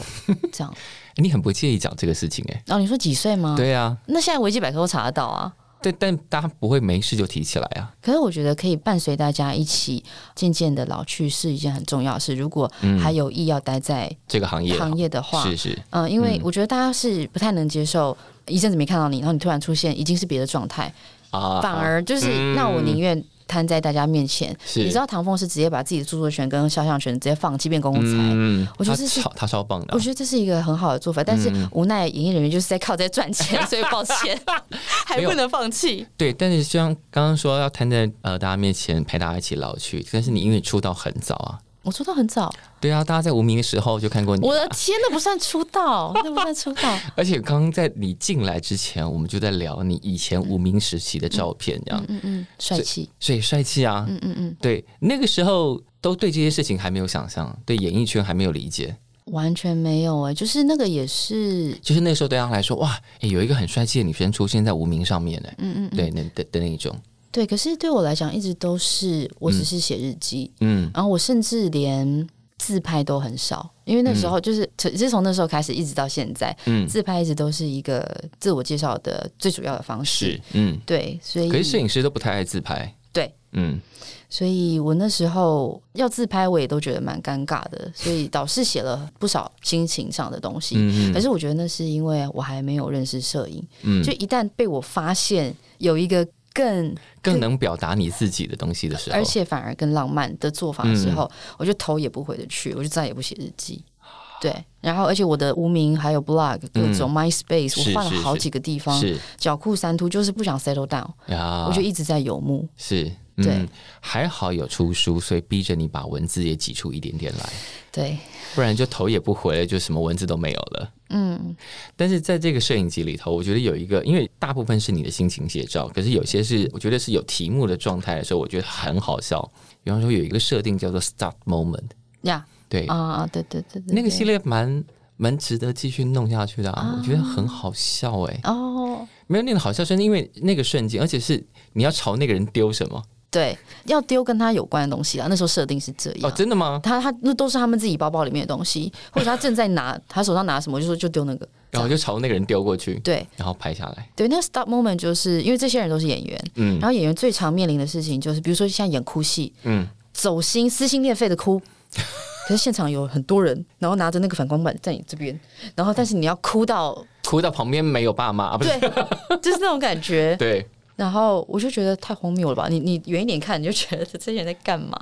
Speaker 1: 这样。
Speaker 2: 你很不介意讲这个事情哎、
Speaker 1: 哦，你说几岁吗？
Speaker 2: 对啊，
Speaker 1: 那现在维基百科都查得到啊。
Speaker 2: 但但大家不会没事就提起来啊。
Speaker 1: 可是我觉得可以伴随大家一起渐渐的老去是一件很重要的事。如果还有意要待在
Speaker 2: 这个行业啊
Speaker 1: 行业的话，
Speaker 2: 嗯是是，
Speaker 1: 嗯、因为我觉得大家是不太能接受一阵子没看到你，然后你突然出现已经是别的状态，
Speaker 2: 啊，
Speaker 1: 反而就是、
Speaker 2: 嗯
Speaker 1: 那我宁愿摊在大家面前。
Speaker 2: 是
Speaker 1: 你知道唐凤是直接把自己的著作权跟肖像权直接放弃变公共财。
Speaker 2: 嗯，
Speaker 1: 我觉得
Speaker 2: 他
Speaker 1: 这是
Speaker 2: 超他超棒的啊、
Speaker 1: 我觉得这是一个很好的做法，但是
Speaker 2: 嗯
Speaker 1: 无奈演艺人员就是在靠这赚钱，所以抱歉，还
Speaker 2: 没有
Speaker 1: 不能放弃。
Speaker 2: 对，但是像刚刚说要摊在呃大家面前陪大家一起老去，但是你因为出道很早啊，
Speaker 1: 我出道很早，
Speaker 2: 对啊，大家在无名的时候就看过你，啊
Speaker 1: 我的天，那不算出道，那不算出道。
Speaker 2: 而且刚刚在你进来之前，我们就在聊你以前无名时期的照片，这样，
Speaker 1: 嗯嗯，帅气。
Speaker 2: 所以帅气啊，嗯嗯嗯，对，那个时候都对这些事情还没有想象，对演艺圈还没有理解，
Speaker 1: 完全没有哎、就是那个也是，
Speaker 2: 就是那时候对他来说，哇，诶有一个很帅气的女生出现在无名上面呢，嗯嗯对，那的的那一种，
Speaker 1: 对，可是对我来讲一直都是，我只是写日记，
Speaker 2: 嗯，
Speaker 1: 然后我甚至连自拍都很少，因为那时候就是从自从那时候开始一直到现在，
Speaker 2: 嗯
Speaker 1: 自拍一直都是一个自我介绍的最主要的方式
Speaker 2: 是，，嗯，
Speaker 1: 对，所以
Speaker 2: 可是摄影师都不太爱自拍，
Speaker 1: 对，
Speaker 2: 嗯，
Speaker 1: 所以我那时候要自拍，我也都觉得蛮尴尬的，所以导师写了不少心情上的东
Speaker 2: 嗯
Speaker 1: 西。可是我觉得那是因为我还没有认识摄影，
Speaker 2: 嗯
Speaker 1: 就一旦被我发现有一个更
Speaker 2: 更能表达你自己的东西的时候，嗯啊
Speaker 1: 而且反而更浪漫的做法的时候，我就头也不回的去，我就再也不写日记。对，然后而且我的无名还有 blog 各种 MySpace，、
Speaker 2: 嗯是
Speaker 1: 我换了
Speaker 2: 是
Speaker 1: 好
Speaker 2: 是
Speaker 1: 几个地方，
Speaker 2: 是
Speaker 1: 脚裤三突就是不想 settle down，、
Speaker 2: 啊，
Speaker 1: 我就一直在游牧。
Speaker 2: 是。嗯
Speaker 1: 对，
Speaker 2: 还好有出书，所以逼着你把文字也挤出一点点来，
Speaker 1: 对，
Speaker 2: 不然就头也不回，就什么文字都没有了。
Speaker 1: 嗯，
Speaker 2: 但是在这个摄影集里头，我觉得有一个，因为大部分是你的心情写照，可是有些是我觉得是有题目的状态的时候，我觉得很好笑。比方说有一哦个哦设定叫做 “stop moment”，
Speaker 1: 呀
Speaker 2: 对，
Speaker 1: 啊啊，对对对对，
Speaker 2: 那个系
Speaker 1: 列
Speaker 2: 列蛮蛮值得继续弄下去的、啊，我觉得很好笑哎、
Speaker 1: 哦，
Speaker 2: 没有那个好笑，是因为那个瞬间，而且是你要朝那个人丢什么
Speaker 1: 对，要丢跟他有关的东西啊，那时候设定是这
Speaker 2: 哦，
Speaker 1: 样。
Speaker 2: 真的吗？
Speaker 1: 他他那都是他们自己包包里面的东西，或者他正在拿他手上拿什么，我就说就丢那个。
Speaker 2: 然后就朝那个人丢过去，
Speaker 1: 对
Speaker 2: 然后拍下来，
Speaker 1: 对，那个 stop moment 就是因为这些人都是演员，
Speaker 2: 嗯
Speaker 1: 然后演员最常面临的事情就是，比如说像演哭戏，
Speaker 2: 嗯，
Speaker 1: 走心、撕心裂肺 的哭。可是现场有很多人，然后拿着那个反光板在你这边，然后但是你要哭到
Speaker 2: 哭到旁边没有爸妈啊， 不是
Speaker 1: 对，就是那种感觉。
Speaker 2: 对，
Speaker 1: 然后我就觉得太荒谬了吧？你你远一点看，你就觉得这些人在干嘛？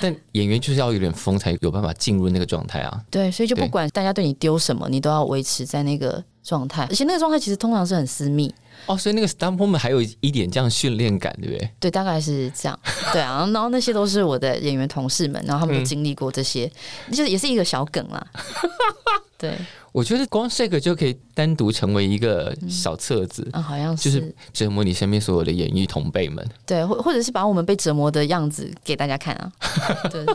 Speaker 2: 但演员就是要有点疯才有办法进入那个状态啊，
Speaker 1: 对，所以就不
Speaker 2: 对
Speaker 1: 管大家对你丢什么，你都要维持在那个状态，而且那个状态其实通常是很私密。
Speaker 2: 哦，所以那个 stump moment 还有一点这样训练感，对不对？
Speaker 1: 对，大概是 这样。对啊，然后那些都是我的演员同事们，然后他
Speaker 2: 嗯
Speaker 1: 们都经历过这些，就是也是一个小梗 啦。对，
Speaker 2: 我觉得光这个就可以单独成为一个小册子，
Speaker 1: 啊，好像、
Speaker 2: 就是是折磨你身边所有的演艺同辈们。
Speaker 1: 对，或或者是把我们被折磨的样子给大家看啊。对对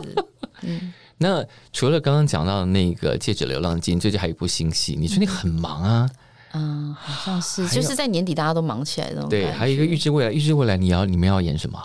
Speaker 1: 对
Speaker 2: 那除了刚刚讲到的那个《戒指流浪记》，最近还有一部新戏，你最近很忙啊？
Speaker 1: 嗯，好像是，
Speaker 2: 还
Speaker 1: 就
Speaker 2: 有
Speaker 1: 是在年底大家都忙起来的那种
Speaker 2: 对，
Speaker 1: 感
Speaker 2: 还有一个《预知未来》，《预知未来》你要你们要演什么？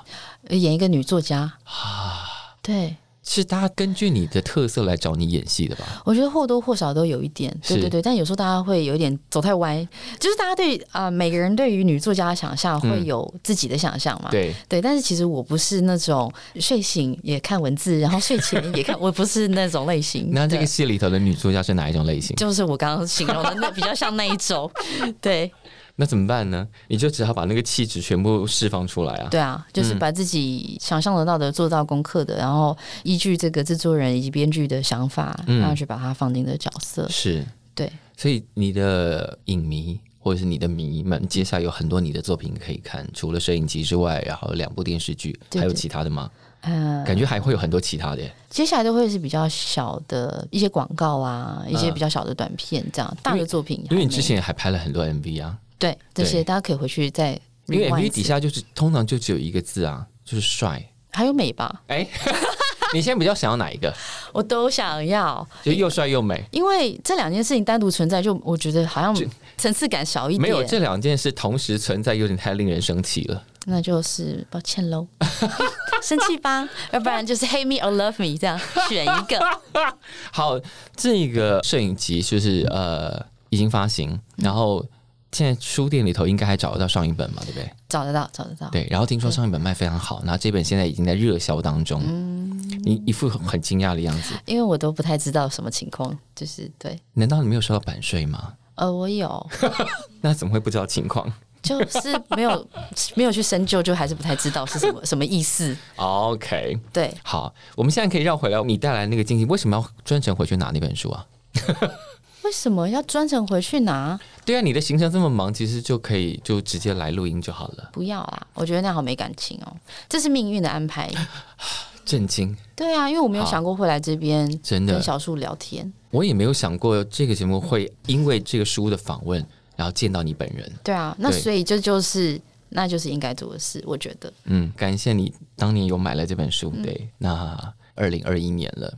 Speaker 1: 觉演一个女作家
Speaker 2: 啊
Speaker 1: 对，
Speaker 2: 是大家根据你的特色来找你演戏的吧？
Speaker 1: 我觉得或多或少都有一点，对
Speaker 2: 是
Speaker 1: 对对，但有时候大家会有一点走太歪，就是大家对啊、呃每个人对于女作家的想象会
Speaker 2: 嗯
Speaker 1: 有自己的想象嘛，
Speaker 2: 对，
Speaker 1: 对，但是其实我不是那种睡醒也看文字，然后睡前 也看，我不是那种类型。
Speaker 2: 那这
Speaker 1: 嗯对
Speaker 2: 个戏里头的女作家是哪一种类型？
Speaker 1: 就是我刚刚形容的那比较像那一种，对
Speaker 2: 那怎么办呢？你就只好把那个气质全部释放出来啊！
Speaker 1: 对啊，就是把自己想象得到的、做到功课的，然后依据这个制作人以及编剧的想法，
Speaker 2: 嗯
Speaker 1: 然后去把它放进这个角色。
Speaker 2: 是，
Speaker 1: 对，
Speaker 2: 所以你的影迷或者是你的迷们，接下来有很多你的作品可以看，除了摄影集之外，然后两部电视剧，
Speaker 1: 对
Speaker 2: 还有
Speaker 1: 对呃
Speaker 2: 其他的吗？
Speaker 1: 嗯、
Speaker 2: 感觉还会有很多其他的耶。
Speaker 1: 接下来都会是比较小的一些广告啊，一些比较小的短片这样，大的作品还
Speaker 2: 嗯因
Speaker 1: 没，
Speaker 2: 为你之前还拍了很多 MV 啊，
Speaker 1: 对这
Speaker 2: 对
Speaker 1: 些大家可以回去再
Speaker 2: 因为
Speaker 1: rewind
Speaker 2: MV
Speaker 1: 一
Speaker 2: 底
Speaker 1: 次
Speaker 2: 下就是通常就只有一个字啊，就是 帅。
Speaker 1: 还有美吧，
Speaker 2: 哎、 你现在比较想要哪一个？
Speaker 1: 我都想要。
Speaker 2: 就又帅又美。
Speaker 1: 因为这两件事情单独存在，就我觉得好像层次感少一点。
Speaker 2: 没有这两件事同时存在，有点太令人生气了。
Speaker 1: 那就是抱歉 喽，生气吧，要不然就是 hate me or love me 这样选一 个。
Speaker 2: 好，这个摄影集就是呃已经发行，然后现在书店里头应该还找得到上一本嘛，对不对？
Speaker 1: 找得到，找得到。
Speaker 2: 对，然后听说上一本卖非常好，然后这本现在已经在热销当中，你一副很很惊讶的样子。
Speaker 1: 因为我都不太知道什么情况，就是对，
Speaker 2: 难道你没有收到版税吗？
Speaker 1: 呃，我有，
Speaker 2: 那怎么会不知道情况？
Speaker 1: 就是没有 没有去深究，就还是不太知道 是什么什么意思。
Speaker 2: OK，
Speaker 1: 对，
Speaker 2: 好，我们现在可以绕回来，你带来那个惊喜，为什么要专程回去拿那本书啊？
Speaker 1: 为什么要专程回去拿？
Speaker 2: 对啊，你的行程这么忙，其实就可以就直接来录音就好了。
Speaker 1: 不要啦，我觉得那样好没感情哦，这是命运的 安排。
Speaker 2: 震惊，
Speaker 1: 对啊，因为我没有
Speaker 2: 好
Speaker 1: 想过会来这边
Speaker 2: 真
Speaker 1: 跟
Speaker 2: 的，
Speaker 1: 小树聊天。
Speaker 2: 我也没有想过这个节目会因为这个书的访问，然后见到你本人。
Speaker 1: 对啊，那
Speaker 2: 对
Speaker 1: 所以这就是那就是应该做的事，我觉得。
Speaker 2: 嗯，感谢你当年有买了这本书。
Speaker 1: 嗯
Speaker 2: 对，那二零二一年了，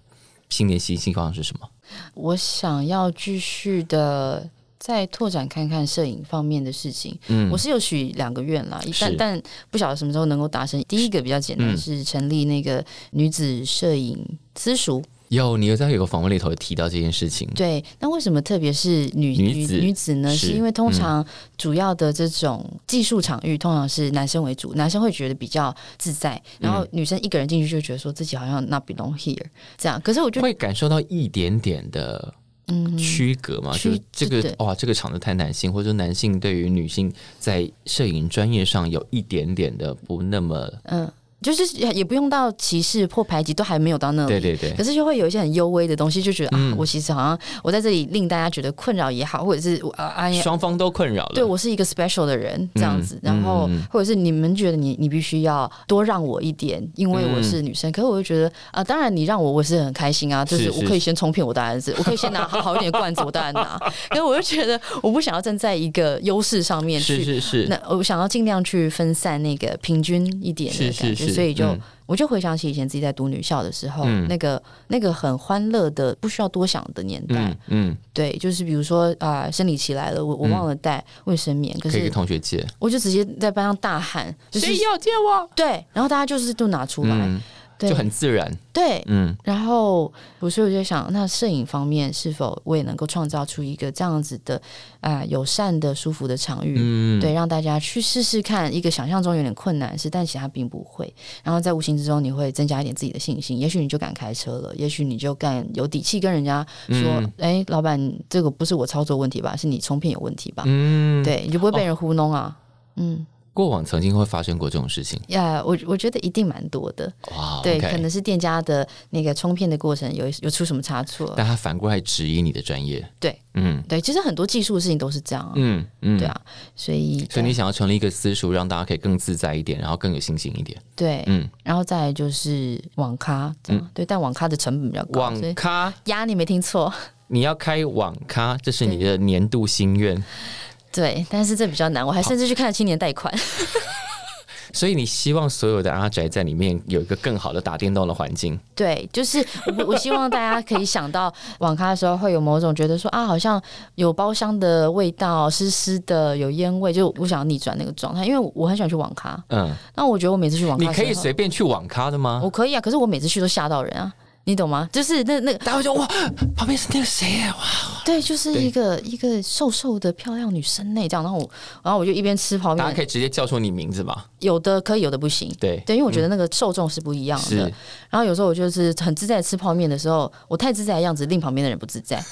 Speaker 2: 新年新希望是什么？
Speaker 1: 我想要继续的再拓展看看摄影方面的事情。
Speaker 2: 嗯
Speaker 1: 我是有许两个愿啦，一
Speaker 2: 是
Speaker 1: 但但不晓得什么时候能够达成。第一个比较简单，
Speaker 2: 嗯
Speaker 1: 是成立那个女子摄影私
Speaker 2: 嗯
Speaker 1: 塾。
Speaker 2: 有，你有在有个访问里头提到这件事情。
Speaker 1: 对，那为什么特别是女
Speaker 2: 女
Speaker 1: 女
Speaker 2: 子
Speaker 1: 女子呢？
Speaker 2: 是嗯
Speaker 1: 是因为通常主要的这种技术场域通常是男生为主，男生会觉得比较自在，然
Speaker 2: 嗯
Speaker 1: 后女生一个人进去就觉得说自己好像 not belong here 这样。可是我就
Speaker 2: 会感受到一点点的
Speaker 1: 嗯
Speaker 2: 区隔嘛？
Speaker 1: 区
Speaker 2: 就是这
Speaker 1: 对
Speaker 2: 个哇，这个场子太男性，或者说男性对于女性在摄影专业上有一点点的不那么
Speaker 1: 嗯就是也也不用到歧视或排挤，都还没有到那里。
Speaker 2: 对对对
Speaker 1: 可，是就会有一些很幽微的东西，就觉得、
Speaker 2: 嗯
Speaker 1: 啊，我其实好像我在这里令大家觉得困扰也好，或者是我啊啊，
Speaker 2: 双方都困扰了。
Speaker 1: 对我是一个 special 的人这样子，
Speaker 2: 嗯
Speaker 1: 然后、
Speaker 2: 嗯嗯
Speaker 1: 或者是你们觉得你你必须要多让我一点，因为我
Speaker 2: 嗯
Speaker 1: 是女生。可是我就觉得啊、当然你让我我也是很开心啊，就是是我
Speaker 2: 是
Speaker 1: 可以先冲骗我的儿子，我可以先拿好一点的罐子，我当然拿。 可是我就觉得我不想要站在一个优势上面去。
Speaker 2: 是是是，
Speaker 1: 那呃我想要尽量去分散那个平均一点的
Speaker 2: 是
Speaker 1: 感觉，
Speaker 2: 是是，
Speaker 1: 所以就、
Speaker 2: 嗯
Speaker 1: 我就回想起以前自己在读女校的时候，
Speaker 2: 嗯
Speaker 1: 那个那个很欢乐的、不需要多想的年代。
Speaker 2: 嗯嗯，
Speaker 1: 对，就是比如说啊、生理期来了，我我忘了带卫生棉，可
Speaker 2: 嗯可以给
Speaker 1: 是
Speaker 2: 同学借。
Speaker 1: 我就直接在班上大喊，就是
Speaker 2: 要借我？
Speaker 1: 对，然后大家就是都拿出来，
Speaker 2: 嗯，
Speaker 1: 对
Speaker 2: 就很自然。
Speaker 1: 对。
Speaker 2: 嗯，
Speaker 1: 然后，我所以我就想，那摄影方面是否我也能够创造出一个这样子的啊、友善的、舒服的场域？
Speaker 2: 嗯
Speaker 1: 对，让大家去试试看一个想象中有点困难的事，但其实它并不会。然后在无形之中，你会增加一点自己的信心，也许你就敢开车了，也许你就敢有底气跟人家说
Speaker 2: 嗯：“
Speaker 1: 哎、老板，这个不是我操作问题吧？是你冲骗有问题吧？”
Speaker 2: 嗯，
Speaker 1: 对，你就不会被人糊弄啊。嗯，
Speaker 2: 过往曾经会发生过这种事情。
Speaker 1: 呀、我我觉得一定蛮多的。
Speaker 2: 哇，
Speaker 1: 对
Speaker 2: o k
Speaker 1: 可能是店家的那个冲骗的过程有有出什么差错。
Speaker 2: 但他反过来质疑你的专业。
Speaker 1: 对，
Speaker 2: 嗯
Speaker 1: 对，其实很多技术的事情都是这样啊。
Speaker 2: 嗯嗯，
Speaker 1: 对。啊，所以
Speaker 2: 所以你想要成立一个私塾，让大家可以更自在一点，然后更有信心一点。
Speaker 1: 对，
Speaker 2: 嗯，
Speaker 1: 然后再来就是网咖，这样、对，但网咖的成本比较高，所
Speaker 2: 网
Speaker 1: 以
Speaker 2: 咖，
Speaker 1: 呀，你没听错，
Speaker 2: 你要开网咖，这是你的年度心愿。
Speaker 1: 对，但是这比较难，我还甚至去看了青年贷款，
Speaker 2: 所以你希望所有的阿宅在里面有一个更好的打电动的环境。
Speaker 1: 对，就是我我希望大家可以想到网咖的时候会有某种觉得说啊，好像有包厢的味道，湿湿的，有烟味，就我想要逆转那个状态，因为我很喜欢去网咖，
Speaker 2: 嗯，
Speaker 1: 那我觉得我每次去网咖
Speaker 2: 你
Speaker 1: 的时
Speaker 2: 可
Speaker 1: 候，
Speaker 2: 以随便去网咖的吗？
Speaker 1: 我可以啊，可是我每次去都吓到人啊。你懂吗？就是那那个
Speaker 2: 大家会说哇，旁边是那个谁耶哇，
Speaker 1: 对，就是一个一个瘦瘦的漂亮女生那这样，然后我然后我就一边吃泡
Speaker 2: 大家
Speaker 1: 面，
Speaker 2: 可以直接叫出你名字吧。
Speaker 1: 有的可以，有的不行。
Speaker 2: 对嗯
Speaker 1: 对，因为我觉得那个受众是不一样的。
Speaker 2: 是，
Speaker 1: 然后有时候我就是很自在地吃泡面的时候，我太自在的样子令旁边的人不自在。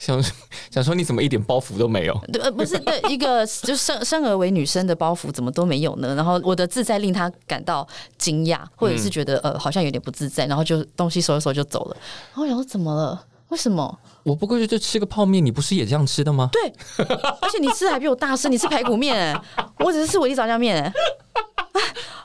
Speaker 2: 想想说你怎么一点包袱都没有？
Speaker 1: 对，呃，不是对一个就生生而为女生的包袱怎么都没有呢？然后我的自在令她感到惊讶，或者
Speaker 2: 嗯
Speaker 1: 是觉得、呃好像有点不自在，然后就东西收一收就走了。然后我想说怎么了？为什么？
Speaker 2: 我不过就就吃个泡面，你不是也这样吃的吗？
Speaker 1: 对，而且你吃的还比我大声，你吃排骨面、欸，我只是吃维力炸酱面、欸，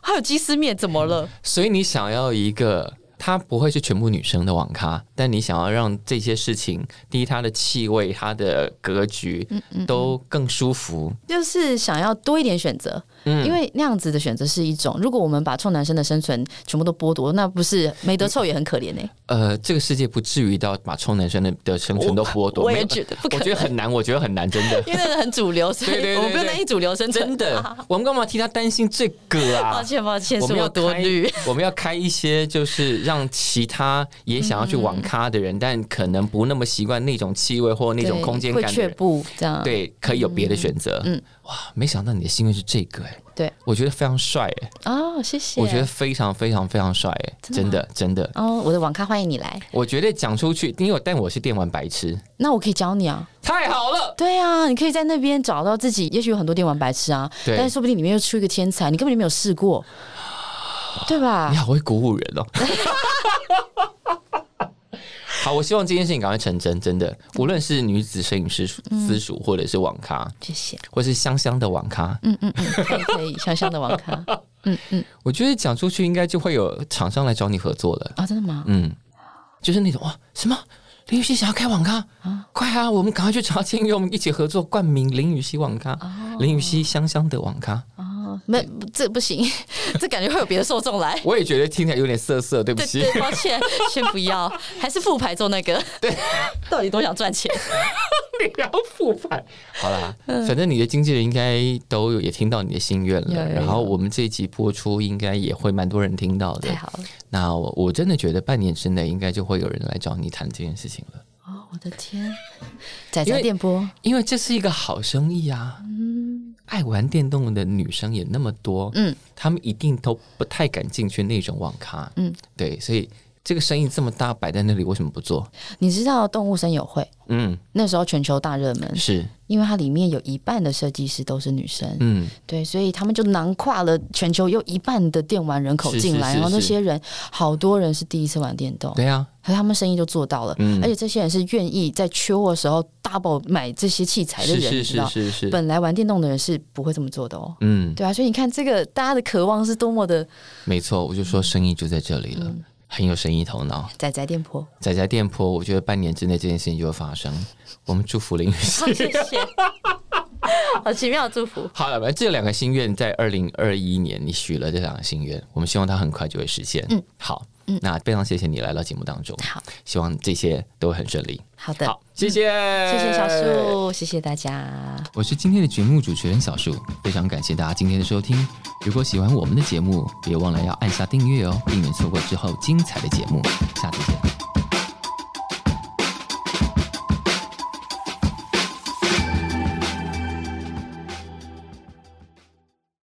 Speaker 1: 还有鸡丝面，怎么了？
Speaker 2: 所以你想要一个，它不会是全部女生的网咖，但你想要让这些事情，第一，它的气味、它的格局
Speaker 1: 嗯
Speaker 2: 都更舒服。
Speaker 1: 就是想要多一点选择，因为那样子的选择是一种。如果我们把臭男生的生存全部都剥夺，那不是没得臭也很可怜呢、欸
Speaker 2: 呃，这个世界不至于到把臭男生的的生存都剥夺，
Speaker 1: 我
Speaker 2: 没
Speaker 1: 也
Speaker 2: 有，
Speaker 1: 觉得不可
Speaker 2: 我
Speaker 1: 能，
Speaker 2: 觉得很难，我觉得很难，真的
Speaker 1: ，因为那个很主流，所
Speaker 2: 对对
Speaker 1: 以
Speaker 2: 对
Speaker 1: 我们不用
Speaker 2: 对
Speaker 1: 担心主流生存
Speaker 2: 真。的，我们干嘛替他担心这个 啊？
Speaker 1: 抱歉，抱歉，
Speaker 2: 我
Speaker 1: 是
Speaker 2: 们要
Speaker 1: 我多
Speaker 2: 开
Speaker 1: 虑。，
Speaker 2: 我们要开一些，就是让其他也想要去网咖的人，但可能不那么习惯那种气味或那种
Speaker 1: 嗯对
Speaker 2: 空间
Speaker 1: 会
Speaker 2: 感的
Speaker 1: 却
Speaker 2: 人，
Speaker 1: 步这样。
Speaker 2: 对，可以有别的选择。
Speaker 1: 嗯
Speaker 2: 哇，没想到你的心愿是这个哎、
Speaker 1: 对
Speaker 2: 我觉得非常帅哎、
Speaker 1: 哦，谢谢。
Speaker 2: 我觉得非常非常非常帅哎、真的真的，
Speaker 1: 哦，我的网咖欢迎你来，
Speaker 2: 我觉得讲出去，因为我但我是电玩白痴，
Speaker 1: 那我可以教你啊。
Speaker 2: 太好了，
Speaker 1: 对啊，你可以在那边找到自己，也许有很多电玩白痴啊，
Speaker 2: 对
Speaker 1: 但是说不定里面又出一个天才，你根本就没有试过，对吧
Speaker 2: 你？好会鼓舞人哦。 好，我希望这件事情赶快成真，真的，无论是女子摄影师私塾，或者是网咖，
Speaker 1: 谢谢。
Speaker 2: 或是香香的网咖，
Speaker 1: 嗯嗯嗯，可以可以，香香的网咖啊、
Speaker 2: 我觉得讲出去应该就会有厂商来找你合作了。
Speaker 1: 哦真的吗？
Speaker 2: 嗯，就是那种哇，什么林雨熙想要开网咖，快啊，我们赶快去查签约，我们一起合作冠名林雨熙网咖，林雨熙香香的网咖。
Speaker 1: 哦，没，不这不行， 这感觉会有别的受众来。
Speaker 2: 我也觉得听起来有点涩涩，对不
Speaker 1: 对
Speaker 2: 起。
Speaker 1: 对，抱 歉，先不要，还是副牌做那个。对， 到底多想赚钱？
Speaker 2: 你要复盘，好啦，啊反正你的经纪人应该都有也听到你的心愿
Speaker 1: 有
Speaker 2: 了，
Speaker 1: 有有
Speaker 2: 然后我们这一集播出应该也会蛮多人听到的
Speaker 1: 太。好了！
Speaker 2: 那我我真的觉得半年之内应该就会有人来找你谈这件事情了。
Speaker 1: 哦，我的天，仔
Speaker 2: 因为
Speaker 1: 仔电波，
Speaker 2: 因为这是一个好生意啊。爱玩电动的女生也那么多，嗯
Speaker 1: 嗯，
Speaker 2: 她们一定都不太敢进去那种网咖，嗯
Speaker 1: 嗯，
Speaker 2: 对，所以这个生意这么大摆在那里，为什么不做？
Speaker 1: 你知道动物森友会
Speaker 2: 嗯，
Speaker 1: 那时候全球大热门，
Speaker 2: 是，
Speaker 1: 因为它里面有一半的设计师都是女生，
Speaker 2: 嗯，
Speaker 1: 对，所以他们就囊括了全球又一半的电玩人口
Speaker 2: 是
Speaker 1: 进
Speaker 2: 是
Speaker 1: 来，
Speaker 2: 是
Speaker 1: 然后那
Speaker 2: 是
Speaker 1: 些人好多人是第一次玩电动，
Speaker 2: 对啊，
Speaker 1: 可是他们生意就做到了，
Speaker 2: 嗯
Speaker 1: 而且这些人是愿意在缺货的时候 double 买这些器材
Speaker 2: 是
Speaker 1: 的人，
Speaker 2: 是
Speaker 1: 你知
Speaker 2: 是
Speaker 1: 道，
Speaker 2: 是是，
Speaker 1: 本来玩电动的人是不会这么做的哦。
Speaker 2: 嗯，
Speaker 1: 对啊，所以你看，这个大家的渴望是多么的
Speaker 2: 没错，我就说生意就在这里了，很有生意头脑。
Speaker 1: 仔仔店铺。
Speaker 2: 仔仔店铺，我觉得半年之内这件事情就会发生。我们祝福林女士。
Speaker 1: 好，谢谢， 好奇妙的祝福。
Speaker 2: 好了，反正这两个心愿在二零二一年你许了这两个心愿，我们希望它很快就会实现。嗯，好，那非常谢谢你来到节目当中，
Speaker 1: 好
Speaker 2: 希望这些都很顺利。
Speaker 1: 好的，
Speaker 2: 好，哎谢谢，
Speaker 1: 谢谢小。树，谢谢大家。
Speaker 2: 我是今天的节目主持人小树，非常感谢大家今天的收听。如果喜欢我们的节目，别忘了要按下订阅哦，避免错过之后精彩的节目。下次见。